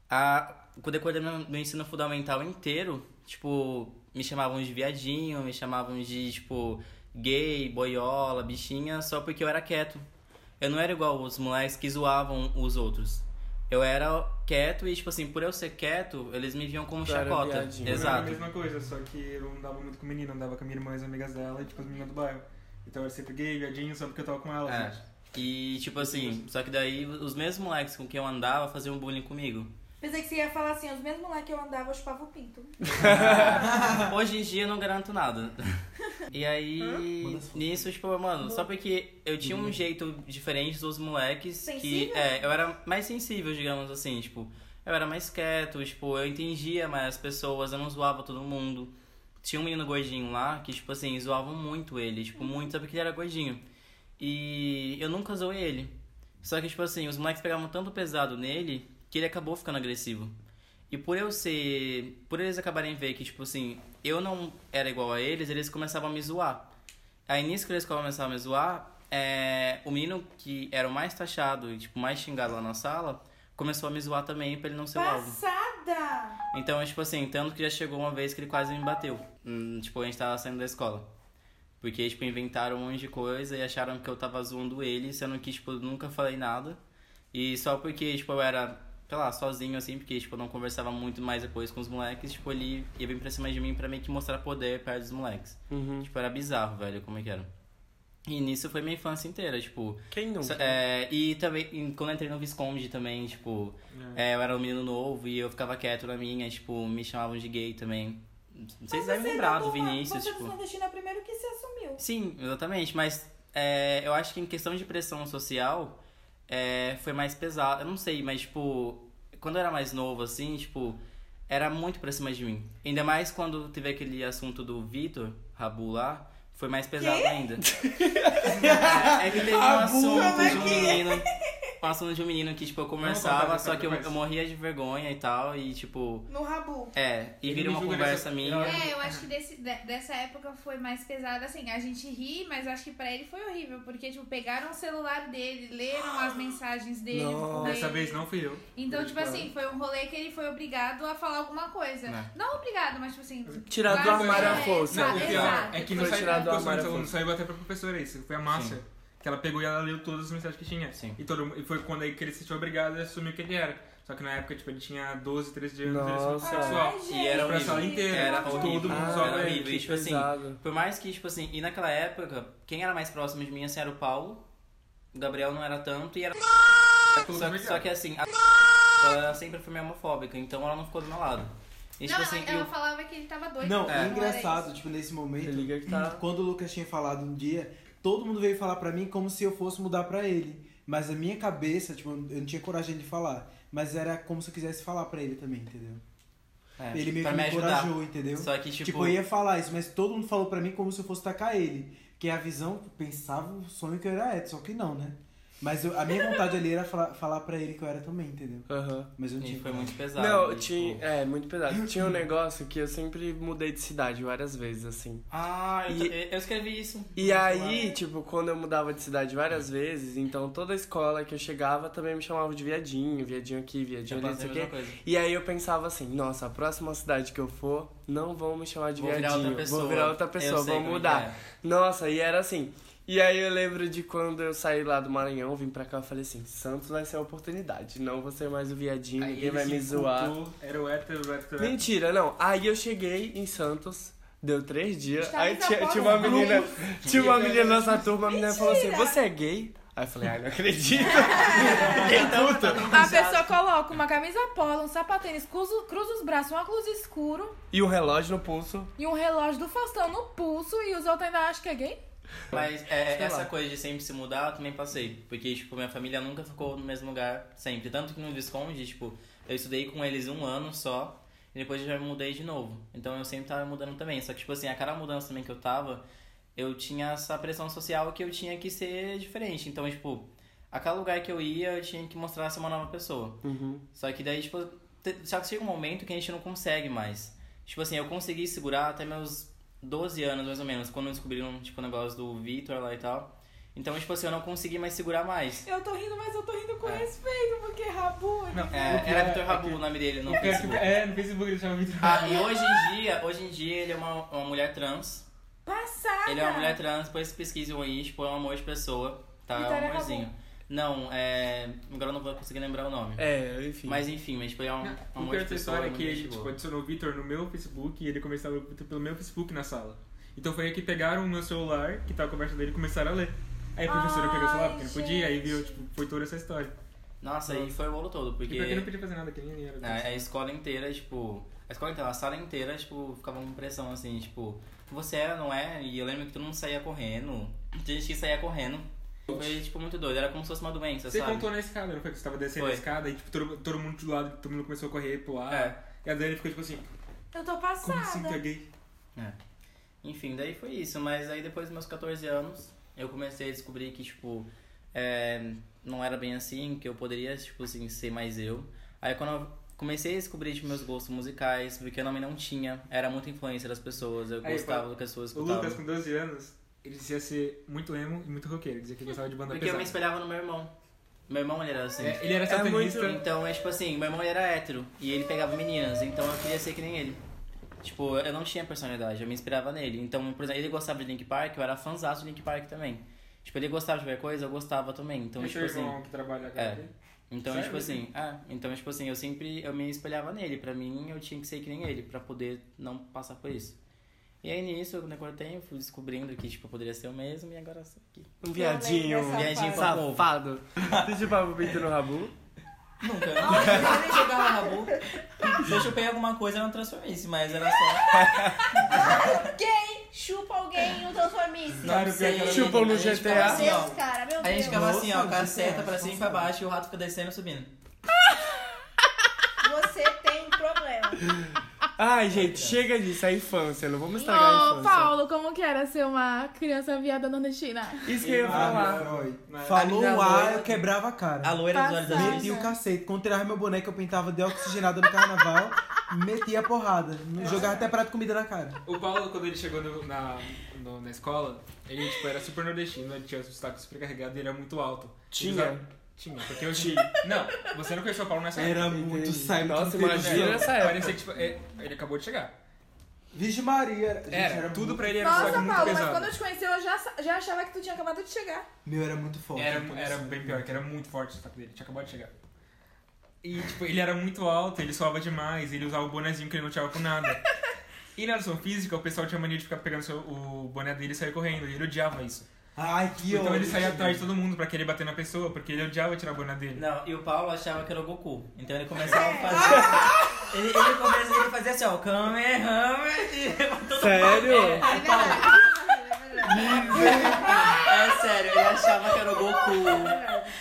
G: a, com o decorrer do meu- do ensino fundamental inteiro, tipo, me chamavam de viadinho, me chamavam de, tipo, gay, boiola, bichinha, só porque eu era quieto. Eu não era igual os moleques que zoavam os outros. Eu era quieto e, tipo assim, por eu ser quieto, eles me viam como
B: Tu era
G: chacota.
B: viadinho.
E: Era a
G: Exato.
E: mesma coisa, só que eu não andava muito com menina, andava com a minha irmã e as amigas dela e tipo as meninas do bairro. Então eu era sempre gay, viadinho, só porque eu tava com elas.
G: É.
E: né?
G: E, tipo assim, só que daí os mesmos moleques com quem eu andava faziam bullying comigo.
A: Pensei que você ia falar assim, os mesmos lá que eu andava, eu chupava o pinto.
G: <laughs> Hoje em dia eu não garanto nada. E aí, nisso, tipo, mano, só porque eu tinha um jeito diferente dos moleques que.
A: Sensível?
G: É, eu era mais sensível, digamos assim, tipo, eu era mais quieto, tipo, eu entendia mais as pessoas, eu não zoava todo mundo. Tinha um menino gordinho lá que, tipo assim, zoavam muito ele, tipo, muito, só porque ele era gordinho. E eu nunca zoei ele. Só que, tipo assim, os moleques pegavam tanto pesado nele que ele acabou ficando agressivo. E por eu ser. Por eles acabarem ver que, tipo assim, eu não era igual a eles, eles começavam a me zoar. Aí nisso que eles começavam a me zoar, é, o menino que era o mais taxado e, tipo, mais xingado lá na sala, começou a me zoar também pra ele não ser o alvo.
A: Passada!
G: Então, tipo assim, tanto que já chegou uma vez que ele quase me bateu. Hum, tipo, a gente tava saindo da escola. Porque, tipo, inventaram um monte de coisa e acharam que eu tava zoando ele, sendo que, tipo, eu nunca falei nada. E só porque, tipo, eu era, sei lá, sozinho, assim, porque, tipo, eu não conversava muito mais depois com os moleques, tipo, ele ia vir pra cima de mim pra meio que mostrar poder perto dos moleques.
B: Hum. uhum.
G: Tipo, era bizarro, velho, como é que era. E nisso foi minha infância inteira, tipo,
B: Quem
G: Sa-
B: nunca?
G: é, e também, em- quando eu entrei no Visconde também, tipo, é, eu era um menino novo e eu ficava quieto na minha, tipo, me chamavam de gay também. Vocês devem lembrar do Vinícius,
A: Você
G: tipo.
A: do nordestino é o primeiro que se assumiu.
G: Sim, exatamente, mas é, eu acho que em questão de pressão social é, foi mais pesado. Eu não sei, mas tipo, quando eu era mais novo, assim, tipo, era muito pra cima de mim. Ainda mais quando teve aquele assunto do Vitor Rabu lá, foi mais
A: <laughs>
G: pesado ainda. é, é que teve um
A: né,
C: né,
G: assunto de um menino. Um assunto de um menino que, tipo, eu conversava,
E: contar,
G: só que eu,
E: tá, depois.
G: eu morria de vergonha e tal, e tipo,
A: No rabu.
G: é, e
E: Ele um
G: vira
E: me
G: uma
E: julga nessa-
G: conversa minha.
D: É, eu acho que desse, de- dessa época foi mais pesada, assim, a gente ri, mas acho que pra ele foi horrível, porque, tipo, pegaram o celular dele, leram
E: <gasps>
D: as mensagens dele.
B: Nossa.
D: com ele.
E: Dessa vez não fui eu.
D: Então,
E: Foi
D: tipo
E: de fora.
D: assim, foi um rolê que ele foi obrigado a falar alguma coisa.
G: Né.
D: Não obrigado, mas tipo assim.
B: Tirar do
D: vai-
B: armário à
D: é,
B: força.
D: vai-
E: Não, o pior
D: exato.
E: é que não
B: Foi
E: saiu
B: tirado
E: pro
B: do armário,
E: professor, não
B: foi.
E: saiu até pra professora isso. Foi a Márcia. Que ela pegou e ela leu todas as mensagens que tinha.
G: Sim.
E: E, todo, e foi quando aí que ele se sentiu obrigado a assumir que ele era. Só que na época, tipo, ele tinha 12, 13 anos, ele
B: Nossa.
E: assumiu sexual.
G: E era
E: Pra sala
G: horrível.
E: inteira,
G: Era
E: todo
G: horrível.
E: mundo
G: Ah,
E: só
G: era
E: velho,
G: horrível. E,
B: que
G: tipo assim,
B: pesado.
G: por mais que, tipo assim, e naquela época, quem era mais próximo de mim assim, era o Paulo. O Gabriel não era tanto e era. Só, que- só que assim, a ela sempre foi meio homofóbica, então ela não ficou do meu lado.
D: Não,
G: E tipo assim,
D: ela, ela
G: eu-
D: falava que ele tava doido.
C: Não,
D: era
C: é. engraçado,
D: isso.
C: tipo, nesse
B: Se
C: momento,
B: liga que tá...
C: quando o Lucas tinha falado um dia, todo mundo veio falar pra mim como se eu fosse mudar pra ele. Mas a minha cabeça, tipo, eu não tinha coragem de falar. Mas era como se eu quisesse falar pra ele também, entendeu?
G: é,
C: ele meio
G: pra
C: que
G: me
C: me
G: ajudar.
C: encorajou, entendeu?
G: Só que, tipo,
C: Tipo, eu ia falar isso, mas todo mundo falou pra mim como se eu fosse tacar ele. Que é a visão, pensava o sonho que eu era hétero, só que não, né? Mas eu- a minha vontade ali era falar, falar pra ele que eu era também, entendeu?
G: Uhum.
B: Aham.
C: Mas eu não
G: E
C: tinha.
G: foi muito pesado.
B: Não,
G: e,
B: tinha.
G: tipo,
B: É, muito pesado.
G: <clears throat>
B: Tinha um negócio que eu sempre mudei de cidade várias vezes, assim.
G: Ah, eu,
B: E-
G: ta- eu escrevi isso.
B: E aí, tipo, quando eu mudava de cidade várias
G: Hum.
B: vezes, então toda escola que eu chegava também me chamava de viadinho, viadinho aqui, viadinho
G: Eu
B: ali, não sei
G: passei
B: o
G: a mesma
B: quê.
G: coisa.
B: E aí eu pensava assim, nossa, a próxima cidade que eu for, não vão me chamar de
G: Vou virar
B: viadinho.
G: outra pessoa.
B: Vou virar outra
G: Eu
B: pessoa,
G: sei
B: vou
G: como que
B: mudar.
G: é.
B: Nossa, e era assim. E aí eu lembro de quando eu saí lá do Maranhão, vim pra cá, eu falei assim, Santos vai ser a oportunidade, não vou ser mais o viadinho,
E: Aí
B: ninguém vai
E: ele
B: me
E: se
B: zoar.
E: incultou, Era o hétero, o hétero, o hétero.
B: Mentira, não. Aí eu cheguei em Santos, deu três dias.
D: Estava
B: aí
D: em
B: tinha,
D: São
B: tinha uma
D: Paulo,
B: menina. Tinha uma menina na nossa turma, a menina falou assim: Você é gay? Aí eu falei, ai, não acredito. Fiquei puto.
A: A pessoa coloca uma camisa polo, um sapatênis, cruza, cruza os braços, um óculos escuro
B: E um relógio no pulso.
A: e um relógio do Faustão no pulso e os outros ainda acham que é gay?
G: Mas é,
B: Sei
G: essa
B: lá.
G: coisa de sempre se mudar, eu também passei. Porque, tipo, minha família nunca ficou no mesmo lugar sempre. Tanto que no Visconde, tipo, eu estudei com eles um ano só. E depois eu já me mudei de novo. Então eu sempre tava mudando também. Só que, tipo assim, a cada mudança também que eu tava, eu tinha essa pressão social que eu tinha que ser diferente. Então, tipo, a cada lugar que eu ia, eu tinha que mostrar ser uma nova pessoa. Só que daí, tipo, te- só que chega um momento que a gente não consegue mais. Tipo assim, eu consegui segurar até meus 12 anos, mais ou menos, quando descobriram, tipo, o negócio do Vitor lá e tal. Então, tipo assim, eu não consegui mais segurar mais.
A: Eu tô rindo, mas eu tô rindo com
G: É.
A: respeito, porque Rabu.
E: Não,
G: É,
E: o que
G: era
E: é-
G: Vitor
E: é
G: Rabu
E: que-
G: o nome dele no
E: É,
G: Facebook.
E: É, no Facebook ele chama Vitor
G: Ah, e hoje em dia, hoje em dia ele é uma, uma mulher trans.
A: Passada!
G: Ele é uma mulher trans, depois pesquisam aí, tipo, é um amor de pessoa, tá?
A: Vitor
G: É um
A: Rabu.
G: amorzinho. Não, é. Agora eu não vou conseguir lembrar o nome.
B: É, enfim.
G: Mas enfim, mas tipo, ele é um, um
E: O pior
G: amor de
E: dessa
G: pessoa.
E: história é
G: muito
E: que ele
G: gente
E: tipo,
G: boa.
E: adicionou o Vitor no meu Facebook e ele começava pelo meu Facebook na sala. Então foi aí que pegaram o meu celular, que tava a conversa dele, e começaram a ler. Aí a professora pegou o celular porque não podia, aí viu, tipo, foi toda essa história.
G: Nossa, aí foi o bolo todo,
E: E pra quem não
G: porque Ah, é,
E: podia fazer nada, que nem era. né?
G: a, a escola inteira, tipo. A escola inteira, a sala inteira, tipo, ficava com pressão assim, tipo, você é, não é? E eu lembro que todo mundo saía correndo. Tinha gente que saía correndo. Foi, tipo, muito doido. Era como se fosse uma doença,
E: Você
G: sabe?
E: contou na escada, não foi? Que você tava descendo
G: Foi.
E: a escada e tipo, todo, todo mundo do lado, todo mundo começou a correr, pular.
G: É.
E: E a Dani ficou tipo assim,
A: Eu tô
E: como assim tu é
A: passada.
E: gay?
G: Enfim, daí foi isso. Mas aí depois dos meus 14 anos, eu comecei a descobrir que, tipo, é, não era bem assim, que eu poderia, tipo assim, ser mais eu. Aí quando eu comecei a descobrir, tipo, meus gostos musicais, vi que eu também não tinha. Era muita influência das pessoas, eu
E: Aí,
G: gostava
E: pô,
G: do que as pessoas
E: O
G: escutavam.
E: Lucas, com 12 anos, ele dizia ser muito emo e muito roqueiro. Ele dizia que gostava de banda
G: Porque é eu me
E: pesada.
G: espelhava no meu irmão. Meu irmão, ele era assim.
E: É, ele era satanista.
G: Então, é tipo assim, meu irmão ele era hétero e ele pegava meninas, então eu queria ser que nem ele. Tipo, eu não tinha personalidade, eu me inspirava nele. Então, por exemplo, ele gostava de Link Park, eu era fãzaço de Link Park também. Tipo, ele gostava de qualquer coisa, eu gostava também. Então,
E: Então,
G: tipo assim.
E: irmão que trabalha agora.
G: É. Então,
E: Sério?
G: tipo assim, é, então, tipo assim, eu sempre eu me espelhava nele. Pra mim, eu tinha que ser que nem ele, pra poder não passar por isso. E aí nisso, quando eu cortei, eu fui descobrindo que, tipo, eu poderia ser eu mesmo e agora eu sou aqui.
B: Um viadinho.
F: Eu lembro
G: Viadinho
F: dessa
G: papo.
B: Safado. Deixa o papo pinto no rabu.
G: Nunca. Eu nem jogava rabu. Se eu chupei alguma coisa, eu não transformei isso, mas era só.
F: Alguém chupa alguém e o transformista.
G: Não sei.
B: Tipo no
G: A gente
B: GTA.
G: ficava
F: Meu
G: assim, ó.
F: Deus, cara, meu
G: A gente
F: Deus.
G: ficava assim, ó,
C: Nossa,
G: com a seta
C: gente,
G: pra cima e pra baixo e o rato fica descendo e subindo.
F: Você tem um problema.
B: Ai, gente, chega disso, é infância. Não vamos estragar a
A: Ô,
B: infância.
A: Paulo, como que era ser uma criança viada nordestina?
B: Isso que
C: Ah,
B: eu ia falar.
E: Mas-
C: Falou
B: A minha
C: A,
B: mãe-
C: eu quebrava a cara.
G: A loira dos olhos da
A: Passada.
G: gente.
C: Meti o cacete. Quando tirava meu boneco, eu pintava de oxigenada no carnaval, metia a porrada. Não jogava até prato de comida na cara.
E: O Paulo, quando ele chegou no- na, no- na escola, ele tipo, era super nordestino, ele tinha o sotaque super carregado e ele era muito alto. Ele
B: Tinha.
E: usava- Tinha, porque eu tinha. Não, você não conheceu o Paulo nessa
C: Era
E: época.
C: muito
B: Entendi.
C: saio.
B: Nossa,
C: muito
B: imagina.
C: feio.
B: nessa época.
E: Parecia que tipo, é- ele acabou de chegar.
C: Virgem Maria. Gente,
E: Era, tudo
C: muito...
E: pra ele era um
A: Nossa,
E: sotaque
A: Paulo,
E: muito
A: mas
E: pesado.
A: quando eu te conheci, eu já, sa- já achava que tu tinha acabado de chegar.
C: Meu, era muito forte.
E: Era, era bem pior, que era muito forte o sotaque dele, tinha acabado de chegar. E, tipo, ele era muito alto, ele suava demais, ele usava o bonezinho que ele não tirava com nada. E na educação física, o pessoal tinha mania de ficar pegando seu- o boné dele e sair correndo, e ele odiava isso.
C: Ai, que
E: então ele
C: ódio,
E: saía
C: gente.
E: atrás de todo mundo pra querer bater na pessoa, porque ele odiava tirar a boné dele.
G: Não, e o Paulo achava que era o Goku. Então ele começava a fazer. ele, ele começava ele fazia assim, ó, Kamehameha. e todo-
B: Sério?
F: É verdade. É verdade.
G: É sério, ele achava que era o Goku.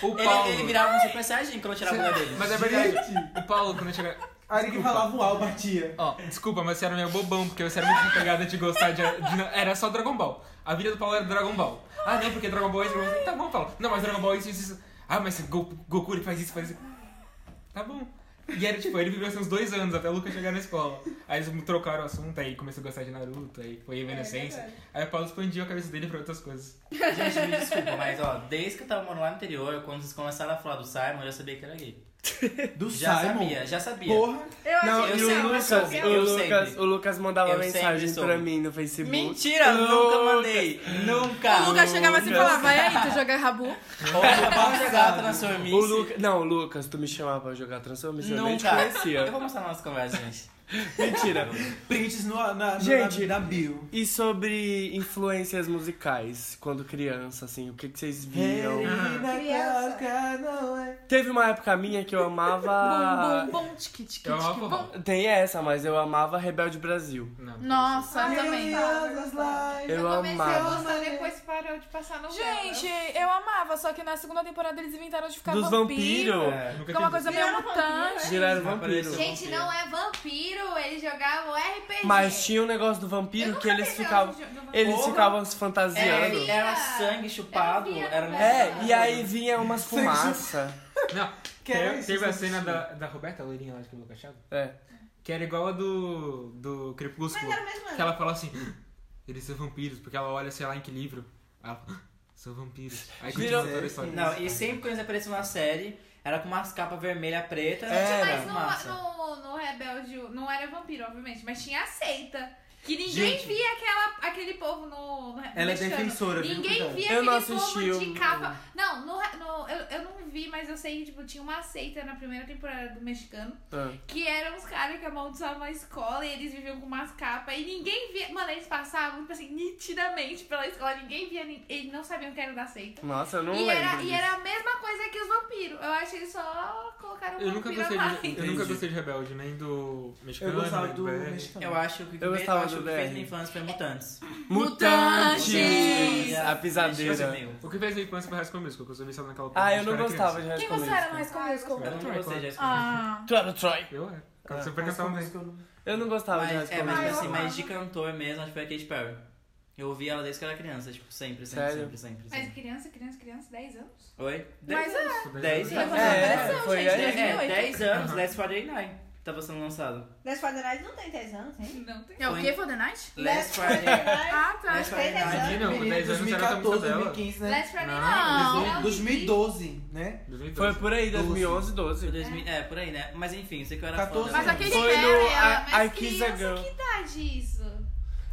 E: O Paulo...
G: Ele, ele virava um super saiyajin quando eu tirava a bunda dele.
E: Mas é verdade, o Paulo, quando eu chegava...
C: Aí ninguém falava o Alba, tia.
E: Ó, desculpa, mas você era meio bobão, porque você era muito pegada de gostar de, de- Era só Dragon Ball. A vida do Paulo era Dragon Ball. Ah, não, porque Dragon Ball é isso. Dragon Ball. Tá bom, Paulo. Não, mas Dragon Ball é isso, isso, isso. Ah, mas esse Go- Goku ele faz isso, faz isso. Tá bom. E era tipo, ele viveu assim uns dois anos até o Lucas chegar na escola. Aí eles trocaram o assunto, aí começou a gostar de Naruto, aí
G: É,
E: foi evanescência. aí o Paulo expandiu a cabeça dele pra outras coisas.
G: Gente, me desculpa, mas ó, desde que eu tava morando lá no interior, quando vocês começaram a falar do Simon, eu já sabia que era gay.
C: Do
G: Já
C: Simon.
G: sabia, já sabia.
C: Porra.
D: Eu
B: Não,
D: achei
B: e
D: que
B: o
D: não, mas
B: Lucas,
D: porque
B: o
F: um.
G: eu
B: Lucas,
G: sempre.
B: o Lucas mandava
G: Eu
B: mensagem
G: sempre
B: pra
G: soube.
B: mim no Facebook.
G: Mentira, nunca
B: Lucas.
G: mandei. Nunca.
A: O Lucas chegava assim e
B: Lucas.
A: falava, vai aí, tu joga rabu.
G: Olha, passa gata na sua
B: O Lucas, não, o Lucas, tu me chamava pra jogar transformação, eu é. nem te
G: Nunca. Eu <laughs>
B: conhecia.
G: vou mostrar nossa conversa, gente.
B: Mentira.
C: Prints no, na, no-
B: Gente.
C: na, na bio.
B: E sobre influências musicais, quando criança, assim, o que, que vocês viam?
C: É.
D: Criança.
B: Teve uma época minha que eu
A: Bum,
B: amava.
A: bum, bum, tiki, tiki,
E: Eu amava
A: tiki,
E: forró.
A: bum.
B: Tem essa, mas eu amava Rebelde Brasil.
E: Não.
A: Nossa, eu também.
B: Eu,
D: Eu comecei a
B: amava.
D: gostar, depois parou de passar no
A: Gente, eu amava, só que na segunda temporada eles inventaram de ficar
B: Dos
A: vampiro.
B: vampiros.
G: É.
E: Nunca
A: Ficou uma
E: entendi.
A: coisa meio
D: Viraram
A: mutante.
D: vampiro,
B: Viraram
G: Apareceu.
B: vampiro.
D: Gente,
G: vampiro.
D: não é vampiro, ele jogava o RPG.
B: Mas tinha um negócio do vampiro que eles ficavam. Eles
G: Porra.
B: ficavam se fantasiando.
G: Era, É, era sangue chupado,
D: Eu via,
G: era
D: eu
G: um-
D: via.
B: É, e aí vinha umas fumaça.
E: Não,
C: Que
E: teve,
C: é isso,
E: teve a
C: gente?
E: cena da, da Roberta, a loirinha lá de cabelo cacheado,
B: É.
E: que era igual a do, do Crepúsculo.
F: Mas era o mesmo ano.
E: Que ela fala assim, "Ah, eles são vampiros, porque ela olha, sei lá, em que livro. Aí Ela, "Ah, são vampiros. Aí continua
B: Virou-
E: toda a história.
G: Não, e sempre quando eles apareciam na série, era com umas capas vermelha, preta.
B: Era.
D: Mas
G: Massa.
D: no, no, no Rebelde, não era vampiro, obviamente, mas tinha a seita. Que ninguém
C: Gente.
D: via aquela, aquele povo no, no
C: Ela é
D: mexicano.
C: defensora, viu? Então,
D: Ninguém
C: Cuidado.
D: via
B: Eu não
D: aquele povo
B: assisti,
D: de
B: eu-
D: capa. Não, no, no, eu, eu não vi, mas eu sei que tipo, tinha uma seita na primeira temporada do mexicano.
B: Ah.
D: Que eram os caras que amaldiçoavam a escola e eles viviam com umas capas e ninguém via. Mano, eles passavam, tipo assim, nitidamente pela escola, ninguém via, nin- eles não sabiam que era da seita.
B: Nossa, eu não
D: E
B: lembro.
D: era, e
B: disso.
D: era a mesma coisa que os vampiros. Eu acho que eles só colocaram
E: Eu
D: um
E: nunca,
D: vampiro a
E: gostei
D: mais.
E: de, eu nunca gostei de Rebelde, nem do mexicano,
C: Eu gostava
E: nem
C: do
E: BR.
C: mexicano.
G: Eu acho que o que,
B: Eu
G: eu
B: gostava
G: acho
B: do
G: que fez
B: BR.
G: minha infância foi Mutantes.
B: Mutantes!
G: Ah,
A: Mutantes!
B: A
G: Deixa eu
B: pisadeira.
G: ver meu.
E: O que fez minha infância foi High School Musical, que eu só vi só naquela
B: Ah, eu
E: época
B: não
E: que eu era
B: gostava
E: criança.
B: de High
A: Quem
B: School
A: você era no
B: Musical.
A: High School Musical?
E: Eu não
G: Ou seja,
E: gostava.
A: Ah,
B: Tu era o Troy?
E: Eu era. Quando
C: Ah,
E: você
C: mas
E: perguntava
C: como
E: bem.
C: isso que eu não-
B: Eu não gostava de High
G: Mas, é,
B: School
G: mas,
D: Ah,
G: tipo
D: eu
B: Musical.
G: assim, mas
D: amava.
G: de cantor mesmo, acho que foi a Katy Perry. Eu ouvi ela desde que eu era criança, tipo, sempre, sempre,
B: Sério?
G: sempre, sempre, sempre.
D: Mas criança, criança, criança, 10 anos?
G: Oi?
A: mas é.
G: Dez
A: Foi
G: anos.
A: quando
B: É,
A: apareceu,
B: foi
A: gente,
B: aí.
G: É,
A: 2008.
G: 10 anos,
E: Aham.
G: Last Friday Night tava sendo lançado.
F: Das Fortnite não tem 10 anos, hein?
D: Não tem.
A: É o quê? For the Night?
G: Last Friday Night.
A: Ah, tá.
G: Last Friday
F: Tem
G: Night.
F: dez
E: Imagina, com
C: Menino,
E: 10 anos era a música
C: 2014,
E: dela.
C: 2015, né?
D: Last Friday
A: Não.
D: Night.
A: Não.
C: 2012, né?
E: 2012.
B: Foi por aí, 2011, 12.
G: 2000, é, por aí, né? Mas é enfim, sei que eu era
C: 14
G: fã.
A: Mas
G: dela.
A: aquele
B: Foi
A: Perry,
B: no
A: ela-
B: I- I
D: Mas
B: Kiss a
D: é? criança,
B: Girl.
D: que idade isso?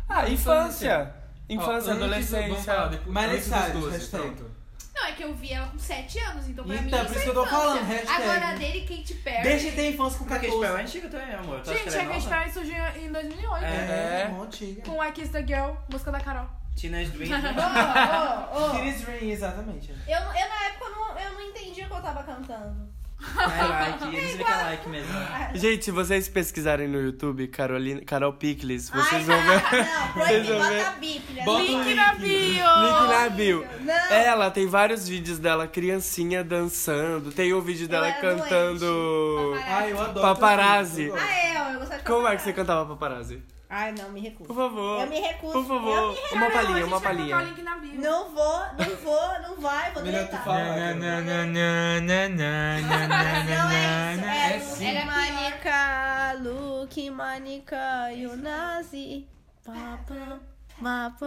B: Ah, infância. Infância,
E: Ó, antes do- vamos
B: adolescência.
E: falar depois-
C: Miley
E: antes dos
C: Cyrus,
E: 12,
C: hashtag.
E: pronto.
D: Não, é que eu vi ela com 7 anos, então pra mim
C: Então, por
D: isso
C: isso
D: é
C: que eu tô
D: infância.
C: falando, hashtag.
D: Agora a dele, Katy Perry.
C: Deixa de ter infância com
G: A Katy Perry
C: 14.
G: é antiga também, amor. Tu acha que
A: Gente,
G: ela
A: a
G: é
A: Katy
G: nova?
A: Perry surgiu em 2008.
G: É.
B: Tá É.
C: mó antiga.
A: Com I Kiss the Girl, música da Carol.
G: Teenage <laughs> né? Dream.
D: Ô, ô, ô.
C: <laughs> Teenage Dream, exatamente.
F: Eu, não- eu na época eu não, eu não entendia o que eu tava cantando.
G: É like, eles ficam like mesmo.
B: Gente, se vocês pesquisarem no YouTube, Carolina, Carol Picles, vocês vão
F: Ai,
B: ver.
F: <laughs> Não,
B: vão
F: proibido,
B: ver. um
F: bota a Bíblia.
C: Bota
F: não
C: o
F: vai.
A: Link na bio!
B: Link na bio.
F: Não.
B: Ela tem vários vídeos dela, criancinha dançando. Tem o vídeo dela
F: era
B: cantando.
C: Ai, eu adoro.
B: Paparazzi.
C: Eu
F: Ah,
C: gosto.
F: é, ó, eu gostava de
B: Como é
F: cantar.
B: que você cantava paparazzi?
F: Ai, não, me recuso.
B: Por favor.
F: Eu me recuso.
B: Por
F: Eu
B: favor.
F: me
A: Carol,
B: Uma
A: a
B: palhinha,
A: gente
B: uma
A: vai colocar o
B: palhinha.
A: link na bio.
F: Não vou, não vou, não vai, vou
C: Melhor tu
F: deletar.
C: falar.
E: Na, na, na, na, na, na, na, na,
F: Não
E: na,
F: é isso,
E: na.
F: é,
E: É sim.
D: Era pior.
F: Manica, Luke, Manica, Yunazi, Papa,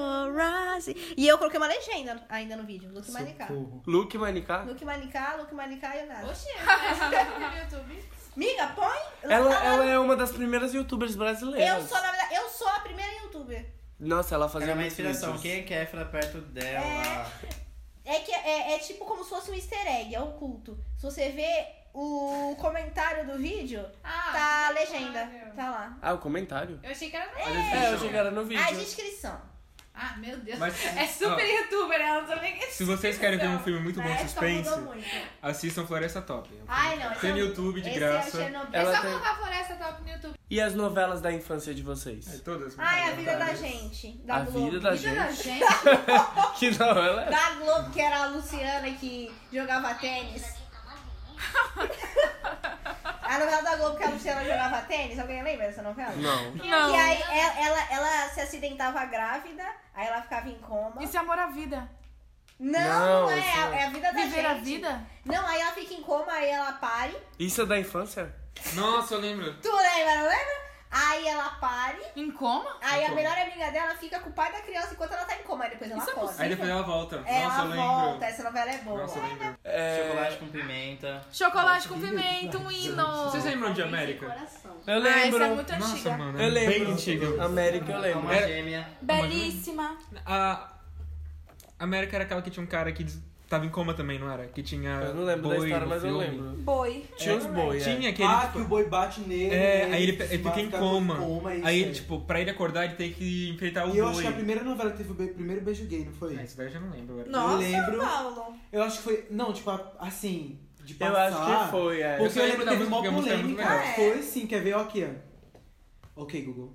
F: Maparazzi. E eu coloquei uma legenda ainda no vídeo, Luke Manica.
C: Socorro.
B: Luke Manicá?
F: Luke Manica, Luke Manica, Yunazi.
D: Oxi, é, né? eu não no YouTube.
F: Miga, põe.
B: Ela,
F: tá lá
B: ela
F: no-
B: é uma das primeiras youtubers
E: É
B: brasileiras.
F: Eu sou, na verdade, eu sou a primeira youtuber.
B: Nossa, ela fazia
G: Era uma
B: muitos
G: inspiração.
B: vídeos.
G: Quem quer ficar perto dela?
F: É que é, é tipo como se fosse um easter egg, é oculto. Se você vê o comentário do vídeo,
D: Ah,
F: tá a
D: não é
F: legenda.
D: claro.
F: Tá lá.
B: Ah, o comentário?
D: Eu achei que era.
B: Olha isso. É, eu achei que era no
F: A
B: vídeo.
F: descrição.
D: Ah, meu Deus.
E: Mas-
D: é super youtuber, ela não sabe nem é. que
E: Se vocês querem ver um filme muito bom
F: Na
E: de
F: época
E: suspense,
F: Né? mudou muito.
E: assistam Floresta Top.
F: Ai,
E: Tem
F: não.
E: no
F: esse é-
E: YouTube de
F: esse
E: graça.
F: É o Chernobyl.
B: Ela
D: É só
B: tem-
D: colocar a floresta top no YouTube.
B: E as novelas da infância de vocês?
E: É, Todas.
F: Ai, a vida da gente. Da
B: a
F: Globo.
B: vida da
D: Vida da
B: gente.
D: gente.
B: <laughs> Que novela é?
F: Da Globo, que era a Luciana que jogava tênis. a novela da Globo que a Luciana jogava tênis. Alguém lembra dessa novela?
B: Não.
A: Não.
F: E aí ela, ela, ela se acidentava grávida, aí ela ficava em coma.
A: Isso é amor à vida.
F: Não,
B: Não,
F: não é.
B: isso não.
F: É a vida da
A: Viver
F: gente.
A: a vida?
F: Não, aí ela fica em coma, aí ela pare.
B: Isso é da infância?
E: Nossa, eu lembro.
F: Tu lembra, não lembra? Aí ela pare.
A: Em coma?
F: Aí a
E: Então.
F: melhor amiga dela fica com o pai da criança enquanto ela tá em coma. Aí depois ela
A: Isso é
F: acorda.
E: Aí depois ela volta. Nossa,
F: É, ela
E: eu lembro.
F: volta. Essa novela é boa.
E: Nossa, eu lembro.
B: É,
G: Chocolate com pimenta.
A: Chocolate com pimenta, um hino.
E: Vocês lembram de América?
D: Coração.
B: Eu
A: Ah, essa
B: lembro.
A: é muito antiga.
E: Nossa, mano.
B: Eu lembro.
E: Bem antiga.
B: América, eu
G: É
B: lembro.
G: uma gêmea.
A: Belíssima.
E: A América era aquela que tinha um cara que des- tava em coma também, não era? Que tinha.
B: Eu não lembro da
E: boi
B: história,
E: no
B: mas eu
E: filme.
B: lembro.
F: Boi.
B: Tinha uns boi, é.
E: Tinha aquele.
C: Ah, que o boi bate nele.
E: É,
C: né?
E: aí ele, ele fica
C: Bate,
E: em
C: fica
E: coma.
C: é isso
E: aí, ele, tipo, pra ele acordar, ele tem que enfrentar o
C: E eu acho
E: boi.
C: que a primeira novela que teve o be- primeiro beijo gay, não foi?
E: Ah, isso daí eu já não lembro agora.
F: Nossa,
C: lembro.
F: Paulo.
C: Eu acho que foi. Não, tipo, a- assim, de
B: é. Eu
C: passar.
B: acho que foi, é.
C: Porque
E: Eu
C: eu
E: só
C: lembro
E: lembro
C: que
E: da
C: teve uma
E: música, porque a música é muito
C: polêmica.
F: melhor.
C: Foi sim, quer ver? Ó aqui, ó. Ok, Google.